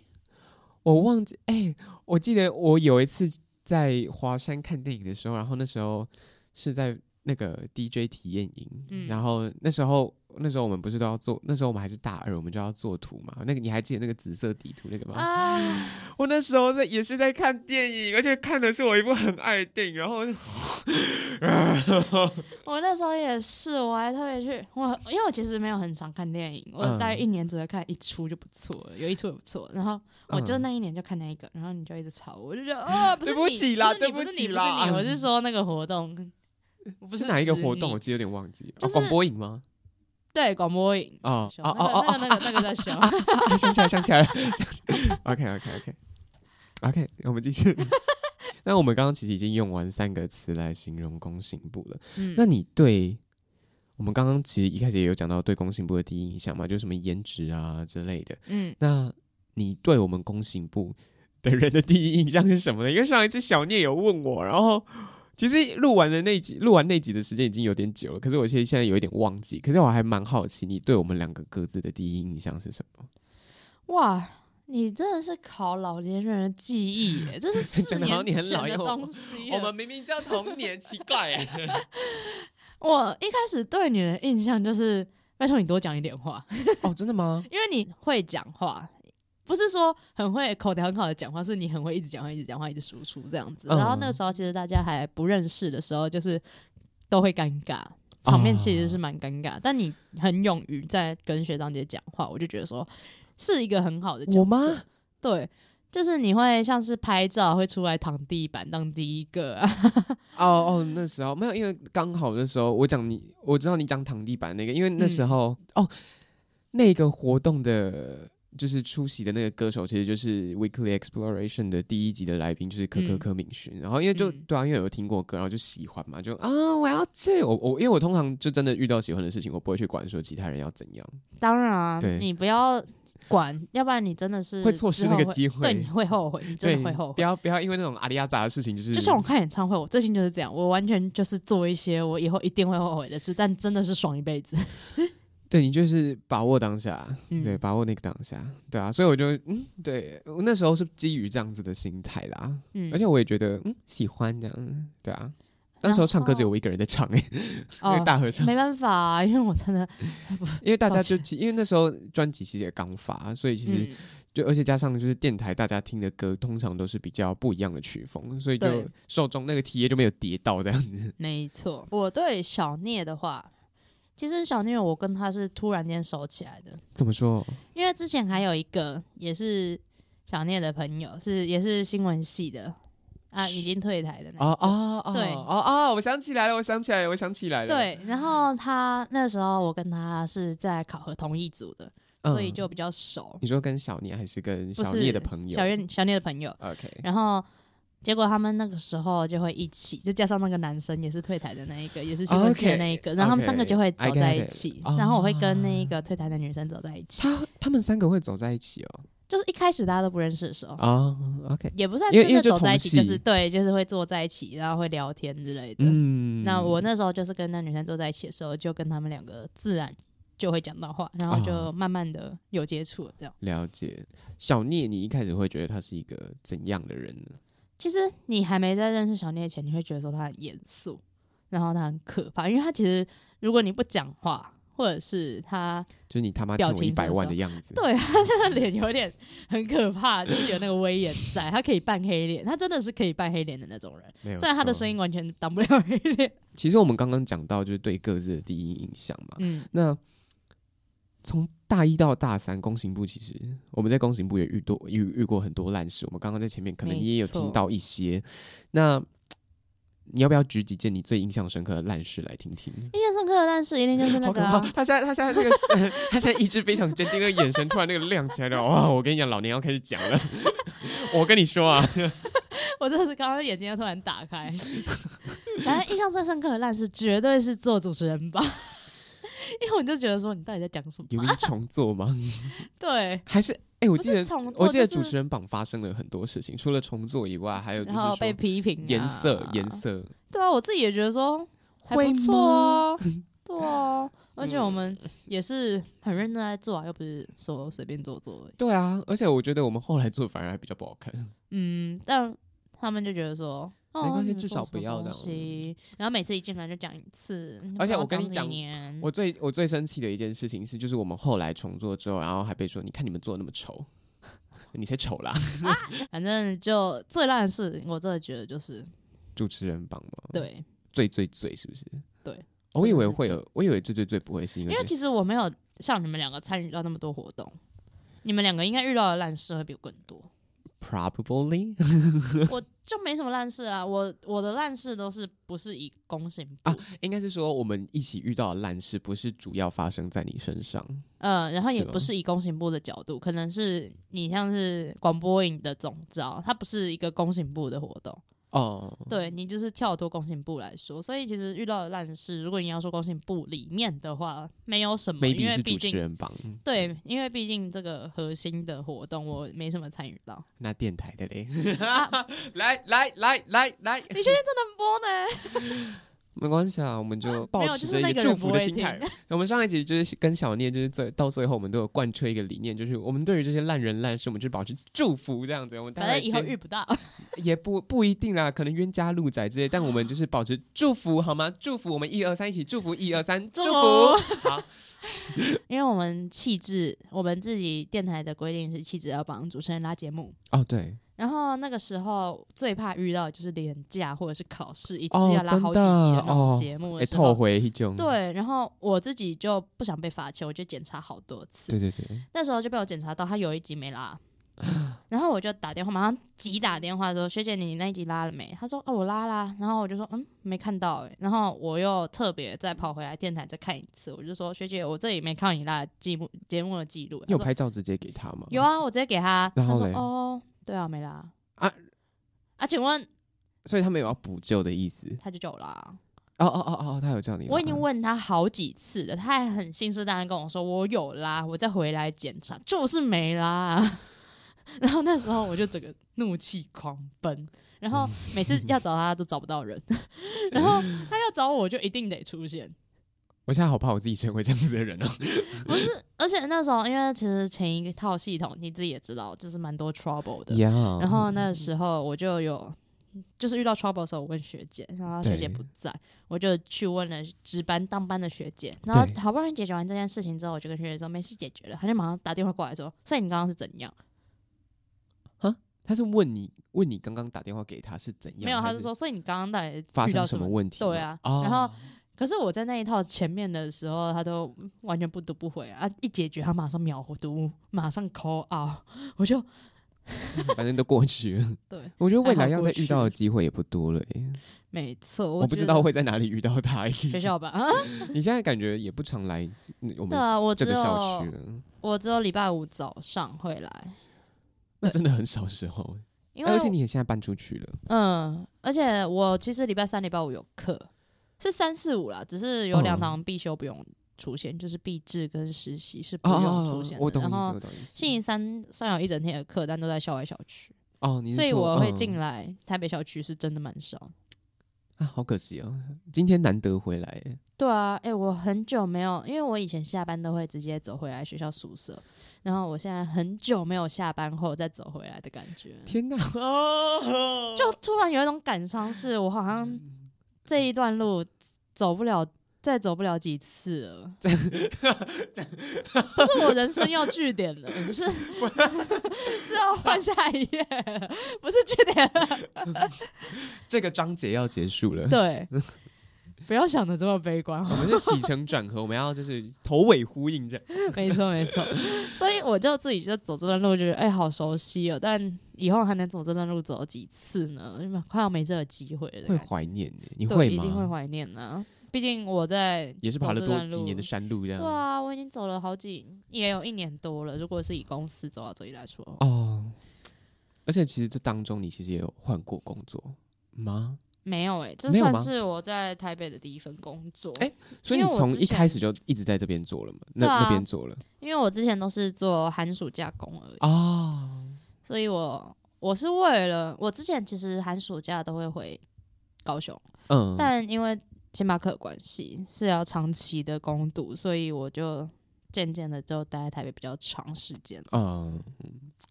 我忘记哎、我记得我有一次在华山看电影的时候，然后那时候是在那个 DJ 体验营，
嗯
然后那时候那时候我们不是都要做，那时候我们还是大二，我们就要做图嘛。那个你还记得那个紫色底图那个吗？
啊，
我那时候在也是在看电影，而且看的是我一部很爱的电影，然后我就
我那时候也是，我还特别去我，因为我其实没有很常看电影，我
嗯
大概一年只会看一出就不错了，有一出也不错。然后我就
嗯
那一年就看那一个，然后你就一直吵我，我就觉得啊，不是
对不
你
起啦
不是你
对不
不是你
起啦嗯
不是你，我是说那个活动，我不
是哪一个
指
活动？
你
我？记得有点忘记，
就
哦广、
是
播影吗？
对，广播影。
哦
熊
哦
那
哦
个
哦哦
那个那个那个在熊，
啊，想起来，想起来了。OK OK OK OK，我们继续。那我们刚刚其实已经用完三个词来形容工信部了。
嗯
那你对我们刚刚其实一开始也有讲到对工信部的第一印象嘛，就是什么颜值啊之类的。
嗯，
那你对我们工信部的人的第一印象是什么呢？因为上一次小聂有问我，然后其实录完的那集，录完那集的时间已经有点久了，可是我现在现在有一点忘记。可是我还蛮好奇，你对我们两个各自的第一印象是什么？
哇，你真的是考老年人的记忆耶，这是四
讲得好像
年
你很
前
老一
的
样我
东西
我
了
们明明叫童年，奇怪 哎。
我一开始对你的印象就是，拜托你多讲一点话，
哦，真的吗？
因为你会讲话，不是说很会口条很好的讲话，是你很会一直讲话、一直讲话、一直输出这样子。
嗯
然后那个时候其实大家还不认识的时候，就是都会尴尬，场面其
哦
实是蛮尴尬。但你很勇于在跟学长姐讲话，我就觉得说是一个很好的角色。
我吗？
对。就是你会像是拍照会出来躺地板当第一个啊，
哦哦，
嗯
那时候没有，因为刚好那时候我讲你，我知道你讲躺地板那个，因为那时候、
嗯
哦，那个活动的。就是出席的那个歌手，其实就是 Weekly Exploration 的第一集的来宾，就是柯柯
嗯
柯敏勋。然后因为就、
嗯
对啊，因为有听过歌，然后就喜欢嘛，就啊我要去，我我因为我通常就真的遇到喜欢的事情，我不会去管说其他人要怎样，
当然啊
对，
你不要管，要不然你真的是
会错失
嗯之后
那个机会
对，你会后悔，你真
对，
的会后
不
悔。
要不要因为那种阿里阿杂的事情，就是
就像我看演唱会，我最近就是这样，我完全就是做一些我以后一定会后悔的事，但真的是爽一辈子。
对你就是把握当下，
嗯
对，把握那个当下，对啊，所以我就嗯，对我那时候是基于这样子的心态啦，
嗯，
而且我也觉得嗯喜欢这样，对啊，那
然
时候唱歌只有
后
我一个人在唱哎、那
哦
个，大合唱，
没办法、啊，因为我真的
因为大家
抱
就其因为那时候专辑其实也刚发，所以其实
嗯
就、而且加上就是电台大家听的歌通常都是比较不一样的曲风，所以就
对
受众那个体验就没有跌到这样子，
没错，我对小聂的话，其实小聂我跟他是突然间熟起来的，
怎么说？
因为之前还有一个也是小聂的朋友，是也是新闻系的啊，已经退台的那个
哦哦哦，
对
哦哦，我想起来了，我想起来了，我想起来了，
对，然后他那时候我跟他是在考核同一组的，
嗯，
所以就比较熟。
你说跟小聂还是跟
不
小
是
聂的朋友？
小月小聂的朋友，
OK，
然后结果他们那个时候就会一起，再加上那个男生也是退台的那一个，也是新闻系的
哦 OK，
那一个，然后他们三个
OK，
就会
I
走在
get
一
it
起
哦
然后我会跟那一个退台的女生走在一起，
他他们三个会走在一起哦。
就是一开始大家都不认识的时候。
哦，OK，
也不算
因为
真
因为
的
就
走在一
同
起，
系
就是对，就是会坐在一起，然后会聊天之类的。
嗯
那我？那时候就是跟那女生坐在一起的时候，就跟他们两个自然就会讲到话，然后
哦
就慢慢的有接触了这样。
了解。小聂，你一开始会觉得他是一个怎样的人呢？
其实你还没在认识小聂前，你会觉得说他很严肃，然后他很可怕，因为他其实如果你不讲话，或者是他
就是你他妈欠
表
我一
情
百
是不
万
是
的样子。
对他这个脸有点很可怕，就是有那个威严在，他可以扮黑脸，他真的是可以扮黑脸的那种人，
没有。
虽然他的声音，完全当不了黑 脸。
其实我们刚刚讲到就是对各自的第一印象嘛。
嗯，
那从大一到大三，工行部其实我们在工行部也遇多遇遇过很多烂事。我们刚刚在前面可能
没
也有
错
听到一些。那你要不要举几件你最印象深刻的烂事来听听？
印象深刻的但是一定就是那
好
个
可
啊、
怕！他现在他现在那个是他现在意志非常坚定，那个眼神突然那个亮起来了。哇！我跟你讲，老娘要开始讲了。 我跟你说啊，
我真的是刚刚眼睛突然打开。反正印象最深刻的烂事，绝对是做主持人吧， 因为我就觉得说你到底在讲什么？
有一重做吗？
对，
还是哎、我
不
记得
是重做，
我记得
就
主
是
持人榜发生了很多事情，除了重做以外，还有就
然
是
后
说
被批评啊
颜色颜。色
对啊，我自己也觉得说还
会
不
吗嗯
错啊，对啊，而且我们也是很认真在做啊，又不是说随便做做而已。
对啊，而且我觉得我们后来做反而还比较不好看。
嗯，但他们就觉得说。哦
没关系
你们
至
做
少
什
不
么
要
东
的
西然后每次一进来就讲一次，
而且我跟你
你
讲
不要当理念，
我最我最生气的一件事情是，就是我们后来重做之后，然后还被说你看你们做的那么丑， 你才丑 啦！
反正就最烂的事，我真的觉得就是
嗯主持人榜嘛，，
对，
最最最是不是？
对
哦，我以
真的
为
是
会
最
有，我以为最最最不会是因
因
为
为
这
其实我没有像你们两个参与到那么多活动，你们两个应该遇到的烂事会比我更多，
probably
我就没什么烂事啊，我我的烂事都是不是以公信部
啊，应该是说我们一起遇到的烂事，不是主要发生在你身上。
嗯，然后也
是吗
不是以公行部的角度，可能是你像是广播影的总招，它不是一个公行部的活动，
哦，
对你就是跳脱公行部来说，所以其实遇到的烂事，如果你要说公行部里面的话，没有什么，因
，maybe
为
是
毕
主持
竟
人榜，
对，因为毕竟这个核心的活动我没什么参 与到。
那电台的嘞，
啊
来来来来来，
你确定这能播呢？
没关系啊，我们就
没
保
有
持着
就是
一
那
个
个
祝
人不
福的
会
心
听
态。我们上一集就是跟小聂，就是最到最后，我们都有贯彻一个理念，就是我们对于这些烂人烂事，我们就保持祝福这样子。我们大
反
家
正以后遇不到。
也不不一定啦，可能冤家路窄之类，但我们就是保持祝福好吗？祝福我们一二三一起祝福一二三，祝
祝
福
福
好。
因为我们气质，我们自己电台的规定是气质要帮主持人拉节目。
哦，对，
然后那个时候最怕遇到就是廉价或者是考试一次
哦
要拉
真
好几集
的
那种
哦
节目
哎、
的时候，
透回一种，
对，然后我自己就不想被罚钱，我就检查好多次。
对对对，
那时候就被我检查到他有一集 没拉，然后我就打电话，马上急打电话说：“学姐，你那一集拉了没？”他说：“哦，我拉啦。”然后我就说：“嗯，没看到哎、然后我又特别再跑回来电台再看一次，我就说：“学姐，我这里没看到你拉的节目节目的记录。”
你有
她说
拍照直接给他吗？
有，啊，我直接给他，他
然后
说
嘞：“
哦，对啊，没拉
啊
啊，请问
所以他们有要补救的意思。
他就叫我拉。
哦哦哦哦，他有叫你吗，
我已经问他好几次了，他还很信誓旦旦跟我说我有拉，我再回来检查，就是没拉。然后那时候我就整个怒气狂奔，然后每次要找他都找不到人， 然后他要找我就一定得出现。
我现在好怕我自己成为这样子的人哦、
不是，而且那时候因为其实前一套系统你自己也知道，就是蛮多 trouble 的。
呀
然后那时候我就有，就是遇到 trouble 的时候，我问学姐，然后她学姐
对
不在，我就去问了值班当班的学姐。然后
对
好不容易解决完这件事情之后，我就跟学姐说没事解决了，她就马上打电话过来说，所以你刚刚是怎样？
他是问你问你刚刚打电话给他是怎样？
没有，她
还
就说，所以你刚刚到底
发
遇到
生
什
么？问题吗？
对啊
哦
然后可是我在那一套前面的时候，她都完全不读不回啊！一解决，她马上秒读，马上 call out，我就
反正都过去了。
对，
我觉得未来
还好
要
过
再遇到的
去
机会也不多了耶。
没错，
我
我
不知
觉
道
得
会在哪里遇到 他。学
学校吧，啊，
你现在感觉也不常来嗯我
对啊，
们
我只
这个校区
有
了，
我只有礼拜五早上会来，
那
对
真的很少时候。哎
因为
而且你也现在搬出去了，
嗯，而且我其实礼拜三、礼拜五有课，是三四五啦，只是有两
嗯
堂必修不用出现，就是必制跟实习是不
哦
用出现的。
我懂意
然
思，
后
我懂意思。
星期三虽然有一整天的课，但都在校外小区，
哦，你是
所以
说
我会进
嗯
来台北校区是真的蛮少。
啊，好可惜哦，今天难得回来耶，
对啊，哎、我很久没有，因为我以前下班都会直接走回来学校宿舍，然后我现在很久没有下班后再走回来的感觉，
天哪！哦，
就突然有一种感伤，是我好像这一段路走不了，再走不了几次了。这不是我人生要据点了，是是要换下一页了，不是据点了。
这个章节要结束了。
对，不要想的这么悲观，哦
我们是起承转合，我们要就是头尾呼应这样。
没错没错。所以我就自己就走这段路，觉得哎、好熟悉哦。但以后还能走这段路走几次呢？因为快要没这个机会了，
会怀念耶，你
对
会
一定会
吗？
怀念呢、毕竟我在
也是
走
爬了
这
多
段
几年的
路
山路这样。
对啊，我已经走了好几，也有一年多了。如果是以公司走到这里来说，
哦，而且其实这当中你其实也有换过工作吗？
没有诶、这
没有
算
吗
是我在台北的第一份工作。
诶所以
因
你
为我
从
之
一
前
开始就一直在这边做了嘛？那、
对啊
那边做了
因为我之前都是做寒暑假工而已，
哦，
所以我我是为了我之前其实寒暑假都会回高雄，
嗯，
但因为星巴克的关系是要长期的攻读，所以我就渐渐的就待在台北比较长时间。
嗯，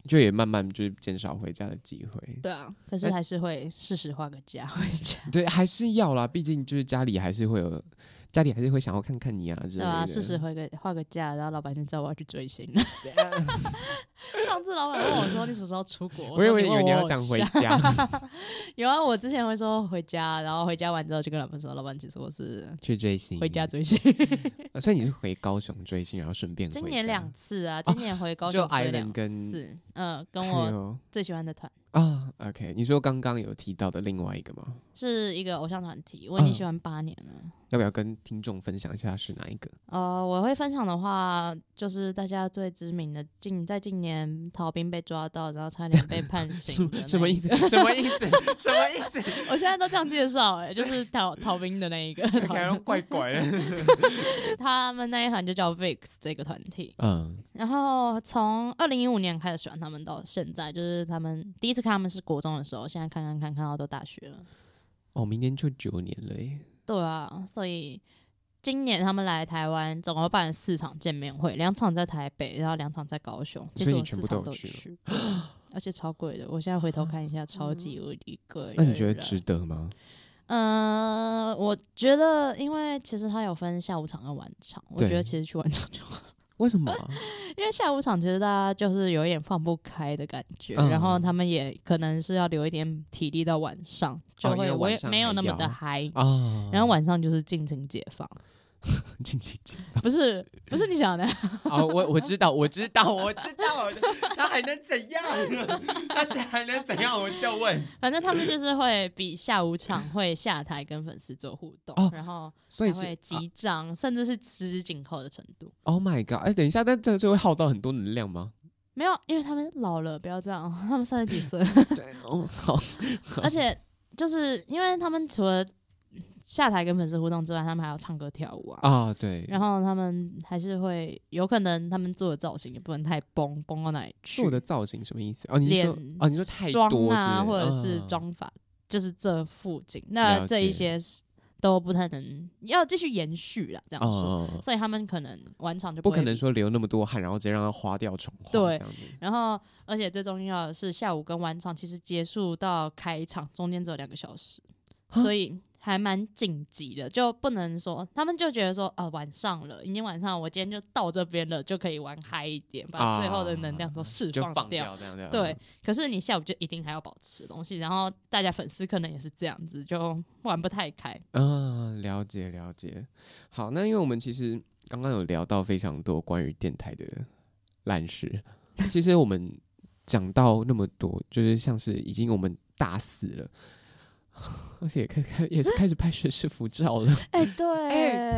就也慢慢就是减少回家的机会。
对啊，可是
哎
还是会适时换个 家回家。
对，还是要啦，毕竟就是家里还是会有，家里还是会想要看看你啊之类
对
的。
啊，适时回个画个假，然后老板就知道我要去追星了。
啊
上次老板问我说：“你什么时候出 国？”
我以
说
为以为
问
你
我
要
我
讲回
下
家
有啊，我之前会说回家，然后回家完之后就跟老板说：“老板，其实我是
去追星，
回家追 星。
呃。所以你是回高雄追星，然后顺便”回
今年
家哦
两次啊，今年回高
就
雄追
Island
两
跟
次，嗯，跟
还
我
有
最喜欢的团
哎啊，OK，你说刚刚有提到的另外一个吗？
是一个偶像团体，我已经
嗯
喜欢八年了。
要不要跟听众分享一下是哪一个？
呃，我会分享的话，就是大家最知名的近在近年逃兵被抓到，然后差点被 判
什
刑的
么什么
那一
意思？ 什么 意思？什么意 思？
我现在都这样介绍，哎，就是逃 逃兵的那一个，
感觉怪怪 的。
他们那一团就叫 VIX 这个团体。
嗯，
然后从二零一五年开始喜欢他们到现在，就是他们第一次看他们是国中的时候，现在看看看看到都大学了。
哦，明年就九年了耶。
对啊，所以今年他们来台湾，总共办了四场见面会，两场在台北，然后两场在高雄。其
所以
实
你
我
全
四
部都
场
有
都有
去了
去， 而且超贵的。我现在回头看一下，超级无敌贵。
那你觉得值？得吗？
嗯、我觉得，因为其实它有分下午场跟晚场，我
对
觉得其实去晚场就好，
为 什么啊、
因为下午场其实大家就是有一点放不开的感觉，
嗯
然后他们也可能是要留一点体力到晚上，就
哦因为
会我
晚
也
上
没有
还
那么的
要
嗨。
啊，
然后晚上就是尽情解放，
近期见。
不是不是你想的，
哦，我我知道，我知道，我知道，他还能怎样？ 他是还能怎样？我就问。
反正他们就是会比下午 场会下台跟粉丝做互动，
哦
然后
所
还
以是、
会
啊
击掌，甚至是十指紧扣的程度。
Oh my god！哎、等一下，但这这会耗到很多能量吗？
没有，因为他们老了，不要这样，他们三十几岁，
对，哦， 好，
而且就是因为他们除了下台跟粉丝互动之外，他们还要唱歌跳舞啊。
啊，对，
然后他们还是会有可能，他们做的造型也不能太崩崩到哪里去，
做的造型什么意思？哦，你是说
脸
哦，你说太
妆
多
啊，
是不
或
是
者是
啊
妆法，就是这附近。
了
那
解
这一些是都不太能要继续延续啦，这样
哦
说。
哦，哦
所以他们可能晚场就
不
会
可能。说流那么多汗，然后直接让它花掉重花
对
这样子。
然后，而且最重要的是，下午跟晚场其实结束到开场中间只有两个小时，
哈
所以还蛮紧急的，就不能说他们就觉得说啊、晚上了，已经晚上了，我今天就到这边了，就可以玩嗨一点，把最后的能量都释
啊就
放
放
掉。
这样这样。
对，可是你下午就一定还要保持东西，然后大家粉丝可能也是这样子，就玩不太开。
嗯，了解了解。好，那因为我们其实刚刚有聊到非常多关于电台的烂事，其实我们讲到那么多，就是像是已经我们大四了，而且也开开也是开始拍学士服照 了，
哎、对，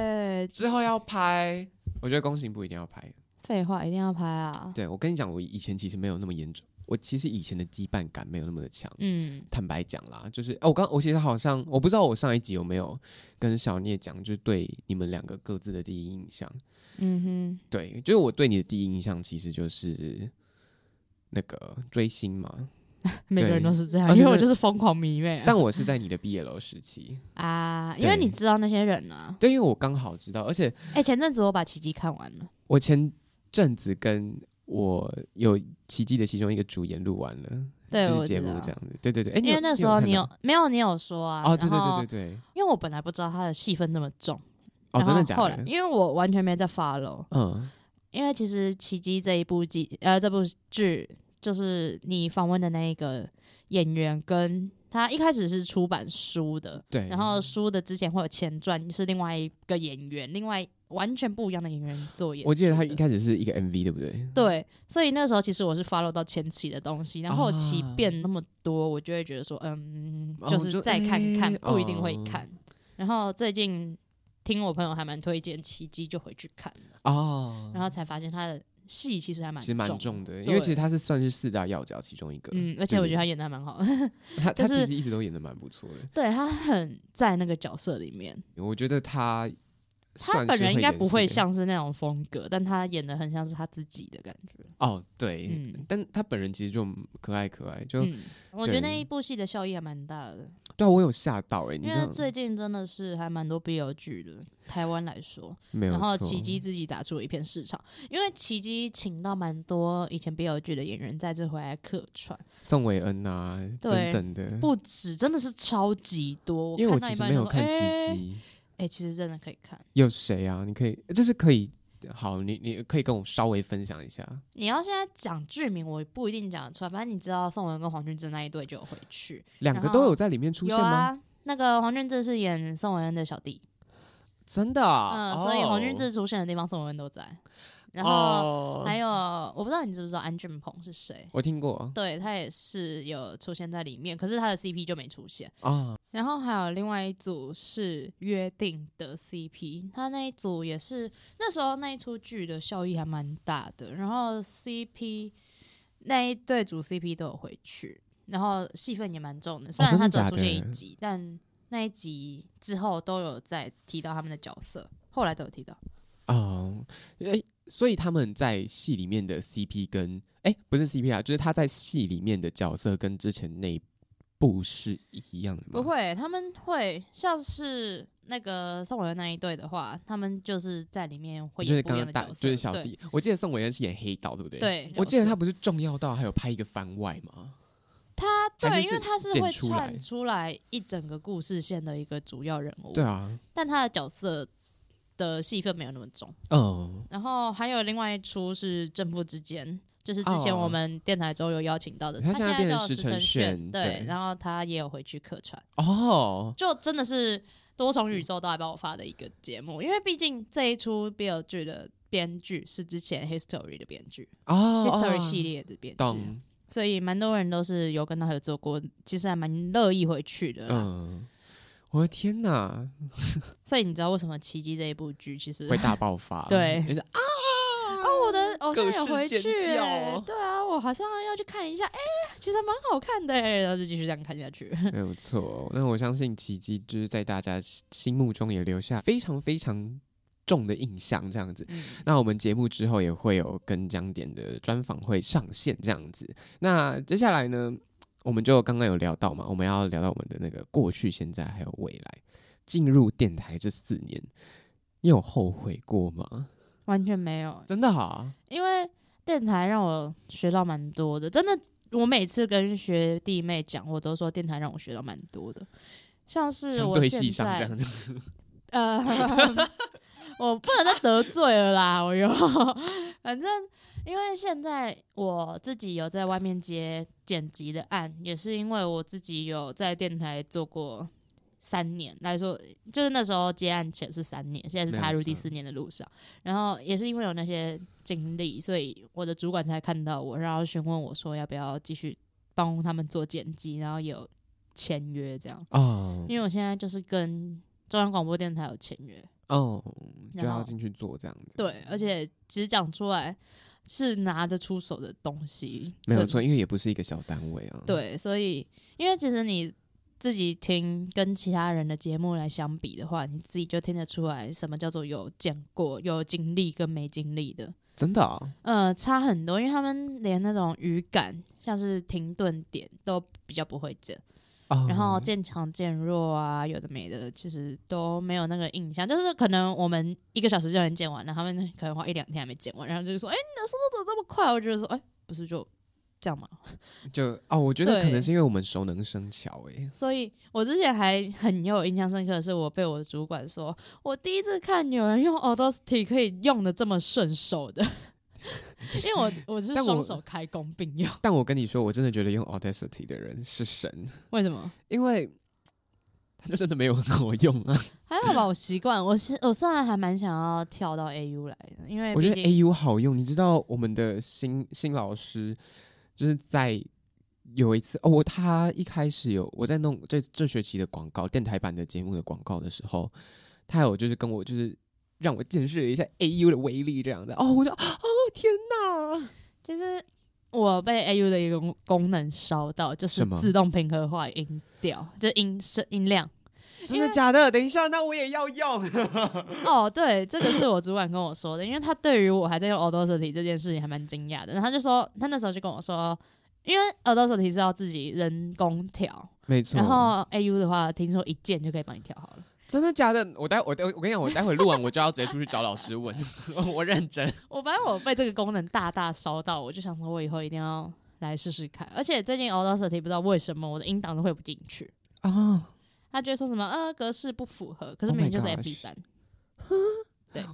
之后要拍，我觉得工行部一定要拍。
废话，一定要拍啊。
对我跟你讲，我以前其实没有那么严重，我其实以前的羁绊感没有那么的强。
嗯，
坦白讲啦，就是哦，我刚我其实好像我不知道我上一集有没有跟小聂讲，就是对你们两个各自的第一印象。
嗯
对，就是我对你的第一印象其实就是那个追星
嗯
嘛，
哼，每个人都是这样，
而且
因为我
那
就是疯狂迷妹啊
但我是在你的 BL 时期，
啊，
对
因为你知道那些人啊。
对，因为我刚好知道，而且
哎、前阵子我把奇迹看完了，
我前阵子跟我有奇迹的其中一个主演录完了，
对，
就
我
是节
知
目
道
这样子，对对对，哎、你
因
有
为那时候你
你
有
看
没有你有说啊？
到哦，对对
然后
对对对，
因为我本来不知道他的戏份那么重，
哦，
然
真
后
的假
后来
的？
因为我完全没在 follow，
嗯，
因为其实《奇迹》这一部剧，呃，这部剧就是你访问的那一个演员，跟他一开始是出版书的，
对，
然后书的之前会有前传，是另外一个演员，另外完全不一样的演员做演出的。
我记得他一开始是一个 MV，对不对？
对，所以那时候其实我是 follow 到前期的东西，然后后期
啊
变那么多，我就会觉得说，嗯，
哦
就
就是
再看看，
诶
不一定会
哦
看。然后最近听我朋友还蛮推荐《奇迹》，就回去看了，
哦，
然后才发现他的戏其实还蛮
其实蛮
重
重的，
对
因为其实他是算是四大要角其中一个。
嗯，而且我觉得他
对
演的还蛮好的，
他他
就
其
是
实一直都演的蛮不错的，
对他很在那个角色里面。
我觉得他
他
算
本
是
人应该
演
不
戏
会
的
像是那种风格，但他演的很像是他自己的感觉。
哦，对，
嗯
但他本人其实就可爱可爱，就、
嗯，我觉
对
得那一部戏的效益还蛮大的，
对啊，我有吓到哎、欸，你
因
知
为
道
最近真的是还蛮多 BL 剧的，台湾来说，
没有
然后
错
奇迹自己打出了一片市场，因为奇迹请到蛮多以前 BL 剧的演员再次回来客串，
宋伟恩啊等
对
等的，
不止，真的是超级多。
因为我
看到
其
一
实
半
没有
想说
看奇
哎
迹，
哎、其实真的可以看。
有谁啊？你可以，这是可以。好，你你可以跟我稍微分享一下
你要现在讲剧名，我不一定讲得出来，反正你知道宋文跟黄俊志那一对就有回去，
两个
然
都
后
有在里面出
有
现吗？
啊。那个黄俊志是演宋文恩的小弟，
真的啊，
嗯，所以黄俊
哦
志出现的地方，宋文恩都在。然后、
哦
还有，我不知道你知不知道安俊鹏是谁？
我听过
对他也是有出现在里面，可是他的 CP 就没出现。
啊，
然后还有另外一组是约定的 CP，他那一组也是那时候那一出剧的效益还蛮大的。然后 CP 那一对组 CP 都有回去，然后戏份也蛮重的。虽
哦
然
真的
他只有
假
出现一
的
集，但那一集之后都有在提到他们的角色，后来都有提到。
哦，诶、所以他们在戏里面的 CP 跟诶、不是 CP 啊，就是他在戏里面的角色跟之前那一部是一样的吗？
不，会，他们会像是那个宋文那一对的话，他们就是在里面会
就是
演不
刚
一
刚
样的
大
角色，
就是小
对
弟，我记得宋伟恩是演黑道，对不对？
对
我记得
角色
他不是重要到还有拍一个番外吗？
他
还
对，
是
因为他是
剪
会
出来
串出来一整个故事线的一个主要人物，
对啊，
但他的角色的戏份没有那么重。
嗯，
然后还有另外一出是《正负之间》，就是之前
哦
我们电台周有邀请到的，
他
他
现在变
在
成
叫
石
石
城
城
炫
炫，
对
对，然后他也有回去客串，
哦，
就真的是多重宇宙都来帮我发的一个节目，因为毕竟这一出 BL 剧的编剧是之前 History 的编剧、
哦
h i s t o
哦
r y 系列的编剧，
懂，
所以蛮多人都是有跟他合作过，其实还蛮乐意回去的啦。
嗯，我的天哪，
所以你知道为什么《奇迹》这一部剧其实
会大爆发，
对
就是啊，
哦，我的偶像
各
有
式
回去、
尖叫
欸，对啊，我好像要去看一下，哎、其实蛮好看的、欸，然后就继续这样看下去。
没有错。那我相信奇迹就是在大家心心目中也留下非常非常重的印象，这样子。那我们节目之后也会有跟江点的专访会上线，这样子。那接下来呢，我们就刚刚有聊到嘛，我们要聊到我们的那个过去、现在还有未来。进入电台这四年，你有后悔过吗？
完全没有，
真的啊，
因为电台让我学到蛮多的，真的，我每次跟学弟妹讲，我都说电台让我学到蛮多的，像是
相
我
对
现
戏上这
在
样子，
呃，我不能再得罪了啦，我有，反正因为现在我自己有在外面接剪辑的案，也是因为我自己有在电台做过三年来说，就是那时候接案前是三年，现在是踏入第四年的路上，然后也是因为有那些经历，所以我的主管才看到我，然后询问我说要不要继续帮他们做剪辑，然后也有签约这样。
哦
因为我现在就是跟中央广播电台有签约，
哦，就
然
要
后
进嗯去做这样子。
对，而且其实讲出来是拿得出手的东西，
没有
对
错，因为也不是一个小单位啊。，
对，所以因为其实你自己听跟其他人的节目来相比的话，你自己就听得出来什么叫做有见过、有经历跟没经历的，
真的啊，
呃，差很多，因为他们连那种语感，像是停顿点都比较不会见。
哦
然后渐强渐弱啊，有的没的，其实都没有那个印象。就是可能我们一个小时就能剪完，然后他们可能花一两天还没剪完，然后就是说，哎、你的速度怎么这么快？我就说，哎、不是就这样吗？
就哦，我觉得可
对
能是因为我们熟能生巧哎、
所以我之前还很有印象深刻的是，我被我的主管说，我第一次看有人用 Audacity 可以用的这么顺手的，因为我我是
但我
双手开工并用，
但我跟你说，我真的觉得用 Audacity 的人是神，
为什 么？
因为他就真的没有很好用 啊。
还好吧，我习惯。我是我虽然还蛮想要跳到 AU 来的，因为
我觉得
哎毕竟
AU 好用，你知道我们的新新老师就是在有一次哦，我他一开始有我在弄这这学期的广告，电台版的节目的广告的时候，他有就是跟我就是让我见识了一下 AU 的威力这样的哦，我就哦天哪，
其实我被 AU 的一个功功能烧到，就是
什么
自动平和化音调，就是音声音 量。
真的假的？等一下，那我也要用。
哦，对，这个是我主管跟我说的，因为他对于我还在用 Audacity 这件事情还蛮惊讶的。然后他就说，他那时候就跟我说，因为 Audacity 是要自己人工调，
没错，
然后 AU 的话，听说一键就可以帮你调好了。
真的假的？我待我待我跟你讲，我待会录完我就要直接出去找老师问， 我认真。
我反正我被这个功能大大烧到，我就想说我以后一定要来试试看。而且最近 Audacity 不知道为什么我的音档都会不进去。
哦，
他就会说什么呃格式不符合，可是
Oh
明明就是
my
M P
gosh
三，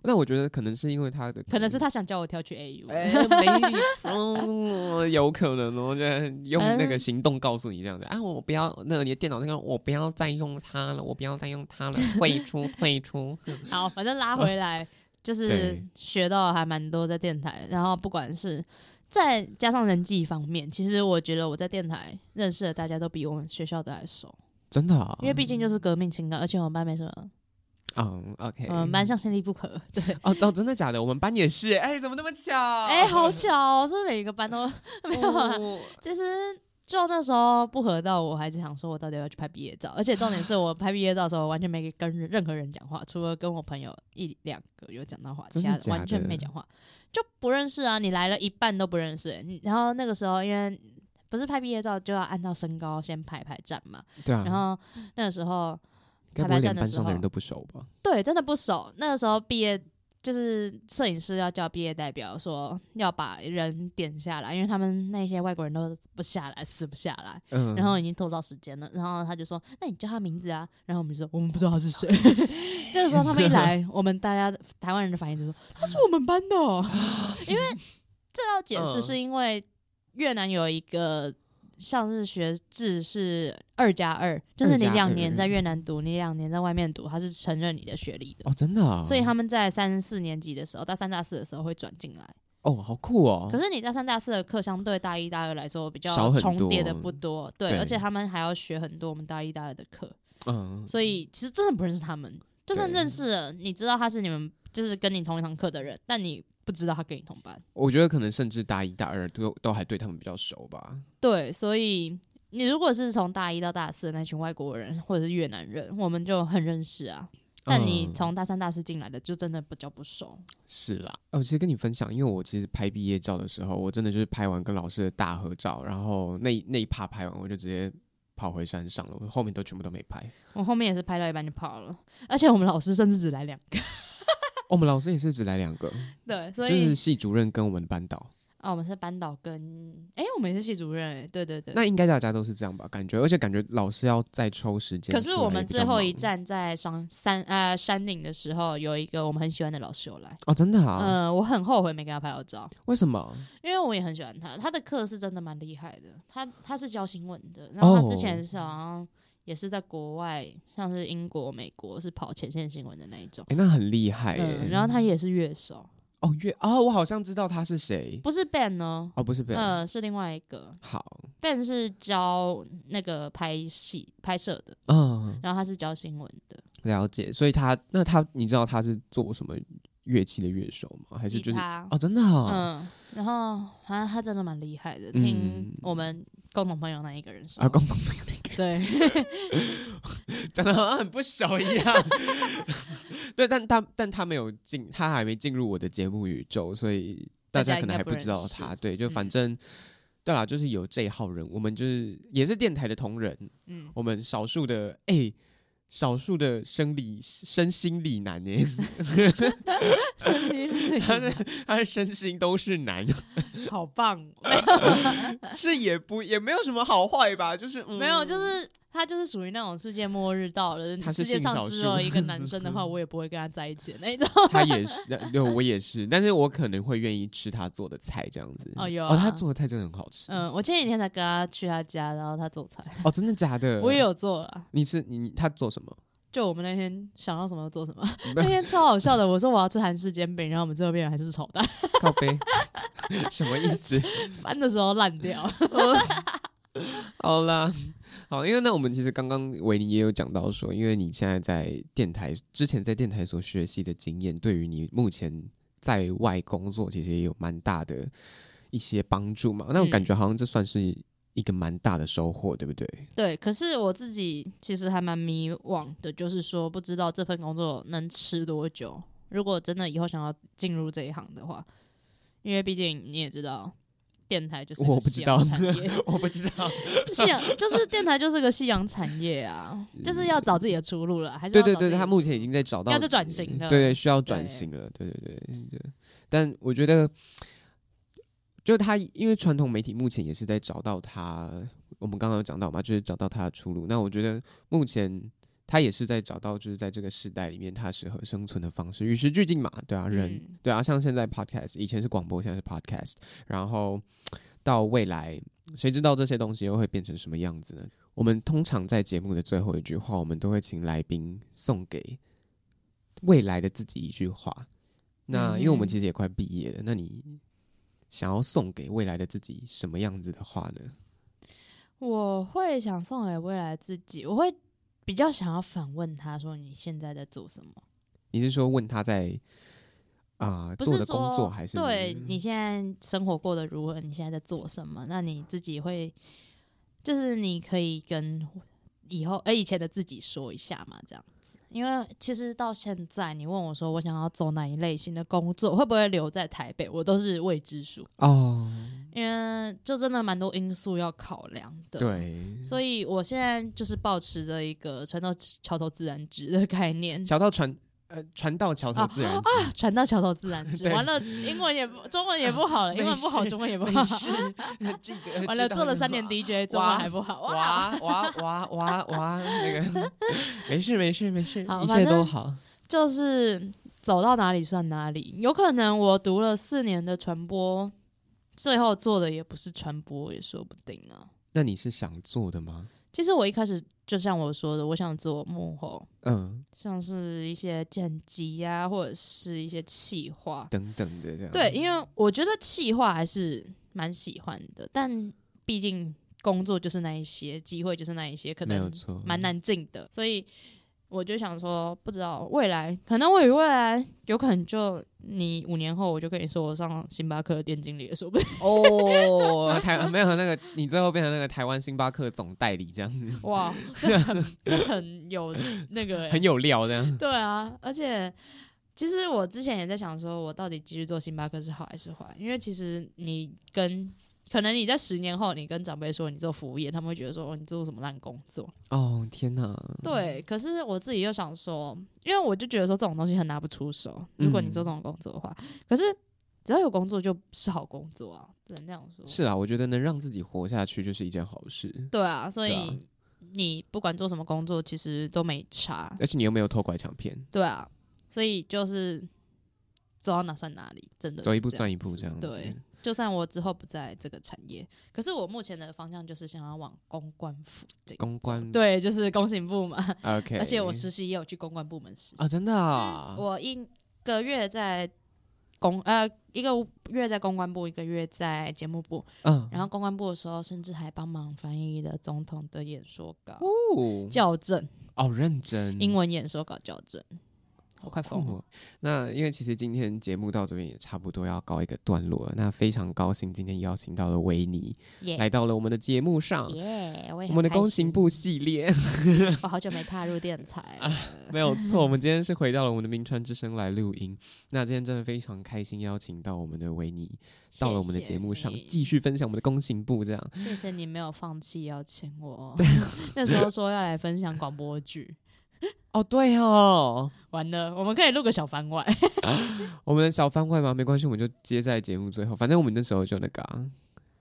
那我觉得可能是因为他的，
可能是他想叫我跳去 A U，、
哎，没礼嗯，有可能哦，就是用那个行动告诉你这样子啊，我不要那个你的电脑那个，我不要再用它了，我不要再用它了，退出退出。
好，反正拉回来就是
对
学到还蛮多在电台，然后不管是再加上人际方面，其实我觉得我在电台认识的大家都比我们学校的还熟，
真的啊
因为毕竟就是革命情感，而且我们班没什么，
嗯，OK，
嗯、蛮像心力不可，对，
哦，哦，真的假的？我们班也是， 哎，怎么那么巧？
哎、好巧、哦，是不是每一个班都没有啊？
哦，
其实就那时候不合到，我还是想说我到底要不要去拍毕业照，而且重点是我拍毕业照的时候，我完全没跟任任何人讲话，除了跟我朋友一两个有讲到话，
真
其
的
他
假的
完全没讲话，就不认识啊！你来了一半都不认识欸、你然后那个时候因为不是拍毕业照就要按照身高先排排站嘛，
对啊，
然后那个时候
该不会连
排班战的
班
时
上的
候
人都不熟吧？
对真的不熟，那个时候毕业就是摄影师要叫毕业代表说要把人点下来，因为他们那些外国人都不下来，死不下来，
嗯，
然后已经拖到时间了，然后他就说：“那你叫他名字啊。”然后我们就说：“我们不知道他是谁。”那个时候他们一来，我们大家台湾人的反应就是说：“他是我们班的哦、因为这要解释
嗯
是因为越南有一个像是学制是二加二，就是你
2+2
两年在越南读，你两年在外面读，他是承认你的学历的。
哦，真的、啊，
所以他们在三四年级的时候，大三大四的时候会转进来。
哦，好酷哦，
可是你大三大四的课相对大一大二来说比
少
较
很
重叠的
多
不多，对，
对
而且他们还要学很多我们大一大二的课，
嗯，
所以其实真的不认识他们，就算
对
认识了，你知道他是你们就是跟你同一堂课的人，但你不知道他跟你同班，
我觉得可能甚至大一、大二都都还对他们比较熟吧。
对，所以你如果是从大一到大四的那群外国人或者是越南人，我们就很认识啊。但你
嗯
从大三、大四进来的，就真的比较不熟。
是啦，哦，其实跟你分享，因为我其实拍毕业照的时候，我真的就是拍完跟老师的大合照，然后那一那一趴拍完，我就直接跑回山上了，我后面都全部都没拍。哦
我后面也是拍到一半就跑了，而且我们老师甚至只来两个，
我们老师也是只来两个，
对，
就
所以
是系主任跟我们班导，
啊，我们是班导跟哎、我们也是系主任、欸，对对对。
那应该大家都是这样吧？感觉，而且感觉老师要再抽时间出来
可
也比较
是
忙。
我们最后一站在上山呃山顶的时候，有一个我们很喜欢的老师有来，
哦，真的啊？
嗯、我很后悔没跟他拍到照，
为什么？
因为我也很喜欢他，他的课是真的蛮厉害的，他他是教新闻的，然后他之
哦
前是好像也是在国外，像是英国、美国是跑前线新闻的那一种，
哎、那很厉害耶、
嗯，然后他也是乐手，
哦，月哦，我好像知道他是谁。
不是 Ben 哦，
哦，不是贝尔、
呃，是另外一个
好，
Ben 是教那个拍戏拍摄的，
嗯，
然后他是教新闻的。
了解。所以他那他，你知道他是做什么乐器的乐手吗？还是
吉
就是
他，
哦，真的、哦，
嗯，然后反正他真的蛮厉害的，
嗯
听我们共同朋友那一个人说，
啊，共同朋友那个
对，
讲的好像很不熟一样。 对，但他但他没有进，他还没进入我的节目宇宙，所以大
大
家
家
可能
应
还
该不
不知道
认识
他。对，就反
嗯
正。对啦，就是有这一号人，我们就是也是电台的同仁，
嗯，
我们少数的哎、少数的生理身心理男 耶，
身心
他的他的身心都是 男，
嗯好棒，
是也不也没有什么好坏吧，就是、嗯、
没有，就是他就是属于那种世界末日到了，
他是
世界上只有一个男生 的话，我也不会跟他在一起的那一种。
他也是，呃对，我也是，但是我可能会愿意吃他做的菜这样子。
哦有
哦，他
啊
做的菜真的很好吃。
嗯，我前几天才跟他去他家，然后他做菜，
哦，真的假的？
我也。有做了。
你是你你他做什么？
就我们那天想到什 么就做什么，那天超好笑的。我说我要吃韩式煎饼，然后我们最后变成还是炒蛋，
靠背， 什么意思？
翻的时候烂掉。
好啦， 好，因为那我们其实刚刚维尼也有讲到说，因为你现在在电台之前在电台所学习的经验，对于你目前在外工作其实也有蛮大的一些帮助嘛。那我感觉好像这算是一个蛮大的收获，对不对？
对，可是我自己其实还蛮迷惘的，就是说不知道这份工作能吃多久。如果真的以后想要进入这一行的话，因为毕竟你也知道，电台就是
我
个
不
夕
知
阳
道
产业，
我不知道。
夕阳就是电台就是个夕阳产业啊，就是要找自己的出路了，还
嗯
是
对
要
对
找自
对，
己的
他
出
目前已
路
经在找到
要在转型
对
了
对，需要转
对
型了，对对对对。但我觉得，就他因为传统媒体目前也是在找到他，我们刚刚有讲到嘛，就是找到他的出路。那我觉得目前他也是在找到，就是在这个时代里面他适合生存的方式，与时俱进嘛，对啊，人、
嗯
对啊，像现在 podcast，以前是广播，现在是 podcast，然后到未来，谁知道这些东西又会变成什么样子呢？我们通常在节目的最后一句话，我们都会请来宾送给未来的自己一句话。那因为我们
嗯
其实也快毕业了，那你想要送给未来的自己什么样子的话呢？
我会想送给未来自己，我会比较想要反问他说你现在在做什么。
你是说问他在啊、
不
做
是
的
说
工作，还是嗯
对你现在生活过得如何？你现在在做什么？那你自己会，就是你可以跟以后呃以前的自己说一下嘛，这样子。因为其实到现在，你问我说我想要走哪一类型的工作，会不会留在台北，我都是未知数，
哦，
因为就真的蛮多因素要考量的。。
对，
所以，我现在就是保持着一个船到桥头自然直的概念，
小到船。呃，船到桥头自然直。
船到桥头自然直。
对
完了，英文也不，中文也不 好了，
没
英文不好，
事
中文也不
没
好。
事， 记得
完了，
知道
做了
就
三年
好
DJ，中
哇
文还不好，哇！
哇哇哇哇哇，那个没事没事没事，
好
一
反
切都
正
好。
就是走到哪里算哪里。有可能我读了四年的传播，最后做的也不是传播，也说不定啊。
那你是想做的吗？
其实我一开始就像我说的，我想做幕后，
嗯，
像是一些剪辑呀、或者是一些企划。
等等的这样。
对，因为我觉得企划还是蛮喜欢的，但毕竟工作就是那一些，机会就是那一些，可
没有
能
错，嗯
蛮。难进的，所以我就想说，不知道未来，可能我以为未来有可能就你五年后，我就跟你说我上星巴克的店经理了，说不定
哦，台 没有那个，你最后变成那个台湾星巴克总代理这样子，
哇，这很这很有那个、欸
很，有料这样。
对啊，而且。其实我之前也在想，说我到底继续做星巴克是好还是坏？因为其实你跟可能你在十年后，你跟长辈说你做服务业，他们会觉得说、哦、你做什么烂工作。
哦天哪，
对，可是我自己又想说，因为我就觉得说这种东西很拿不出手，如果你做
嗯
这种工作的话，可是只要有工作就是好工作啊，只能这样说。
是啊，我觉得能让自己活下去就是一件好事，
对啊，所
对啊
以你不管做什么工作，其实都没差。
而且你又没有偷拐抢骗，
对啊，所以就是走到哪算哪里，真的
走
是
一步
这
算
样
一步
子
这样子。
对，就算我之后不在这个产业，可是我目前的方向就是想要往公关部这
公关
对，就是工信部嘛。
嗯，OK。
而且我实习也有去公关部门实习
啊，真的啊，
嗯我一个月在公呃一个月在公关部，一个月在节目部。
嗯，
然后公关部的时候，甚至还帮忙翻译了总统的演说稿、
哦
校正，
哦，认真
英文演说稿校正。我快
哦，
疯了！
那因为其实今天节目到这边也差不多要告一个段落了，那非常高兴今天邀请到了维尼来
耶
到了我们的节目上。
耶！我
我
也很
们的
开
工行
心，
部系列
我好久没踏入电台了。
没有错，我们今天是回到了我们的名川之声来录音。那今天真的非常开心，邀请到我们的维尼到了我们的
谢
节目上，
谢你
继续分享我们的工行部这样。
谢谢你没有放弃邀请我。
啊
那时候说要来分享广播剧，
哦，对哦，
完了，我们可以录个小番外。
我们的小番外嘛，没关系，我们就接在节目最后。反正我们那时候就那个啊、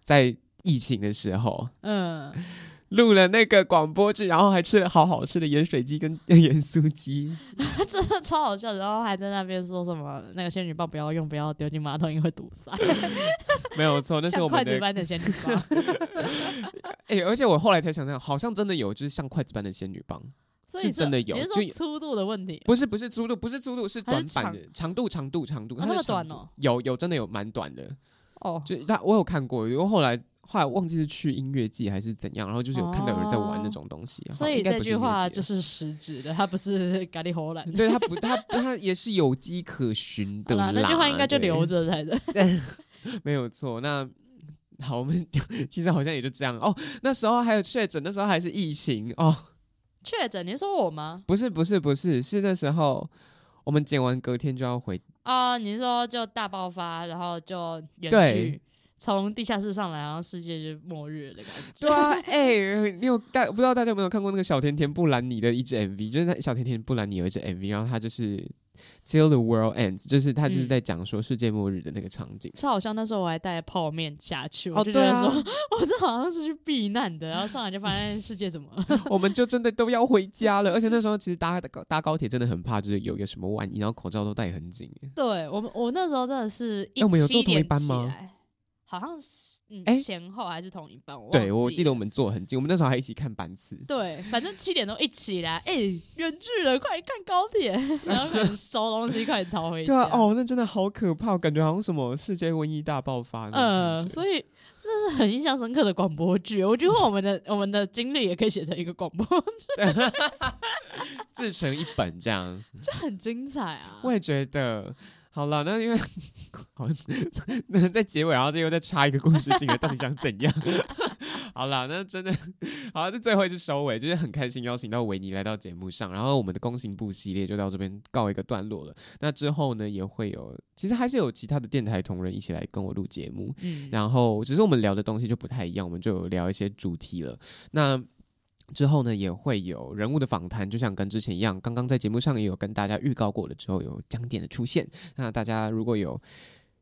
在疫情的时候，
嗯，
录了那个广播剧，然后还吃了好好吃的盐水鸡跟盐酥 鸡。
真的超好笑，然后还在那边说什么那个仙女棒不要用，不要丢进马桶，因为会堵塞，
没有啊错，那是
像
我
筷
们
子
的
般的仙女 棒。
哎、而且我后来才想想，好像真的有，就是像筷子般的仙女棒，
所以
是真的有
你是
就
说
有
粗度的问题？
不是不是粗度，不是粗度，是
还
短
是
版的长度，长度，长度，
啊
它
那么
的长
短哦
度有有真的有蛮短的，
哦，
就他我有看过，因为后来后来忘记是去音乐季还是怎样，然后就是有看到有人在玩那
哦
种东西，好
所
应
以
该
这
不是
句
音乐
话
季
就
了
是实质的，它不是 咖 喱喉兰。
对它不，它它也是有迹可循的
好啦，
啦。
那句话应该就
对
留着才对。
没有错。那好，我们 其实好像也就这样哦。那时候还有确诊，那时候还是疫情哦，
确诊，你是说我吗？
不是不是不是，是那时候我们剪完隔天就要回，
啊，你是说就大爆发，然后就远
对
距从地下室上来，然后世界就末日的感觉。
对啊，哎、你有大不知道大家有没有看过那个小甜甜布兰妮的一支 MV，就是那小甜甜布兰妮有一支 MV，然后她就是 Till the World Ends，就是她就是
嗯
在讲说世界末日的那个场景。
超好笑，那时候我还带泡面下去，
哦，
我就
对
觉得
啊
说，， 我这好像是去避难的，然后上来就发现世界怎么了？
我们就真的都要回家了。而且那时候其实搭搭搭高铁真的很怕，就是有一个什么万一，然后口罩都戴很紧。
对我们，我那时候真的是一
哎我们有坐
七
同一
点
班
起
吗
来，好像是嗯、
哎
前后还是同一班，我
对，
忘
我记得我
了
们坐很近，我们那时候还一起看班 次。
对，反正七点钟一起来，哎、远距了，快看高 铁，然后可能收东西，快点逃回
对啊
家。，
哦，那真的好可怕，感觉好像什么世界瘟疫大爆发那种
呃，
感觉。
所以这是很印象深刻的广播剧。我觉得我们的我们的经历也可以写成一个广播，
自成一本这样，
就很精彩啊。
我也觉得。好了，那因为好， 那在结尾，然后这又再插一个故事进来，到底想怎样？ 好了，那真的好，这最后一次收尾，就是很开心邀请到维尼来到节目上，然后我们的公行部系列就到这边告一个段落了。那之后呢，也会有，其实还是有其他的电台同仁一起来跟我录节目，
嗯，
然后只是我们聊的东西就不太一样，我们就有聊一些主题了。那之后呢，也会有人物的访谈，就像跟之前一样，刚刚在节目上也有跟大家预告过了，之后有讲点的出现。那大家如果有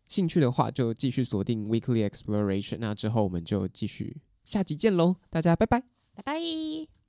兴趣的话，就继续锁定 Weekly Exploration。那之后我们就继续下集见喽，大家拜拜。
拜拜。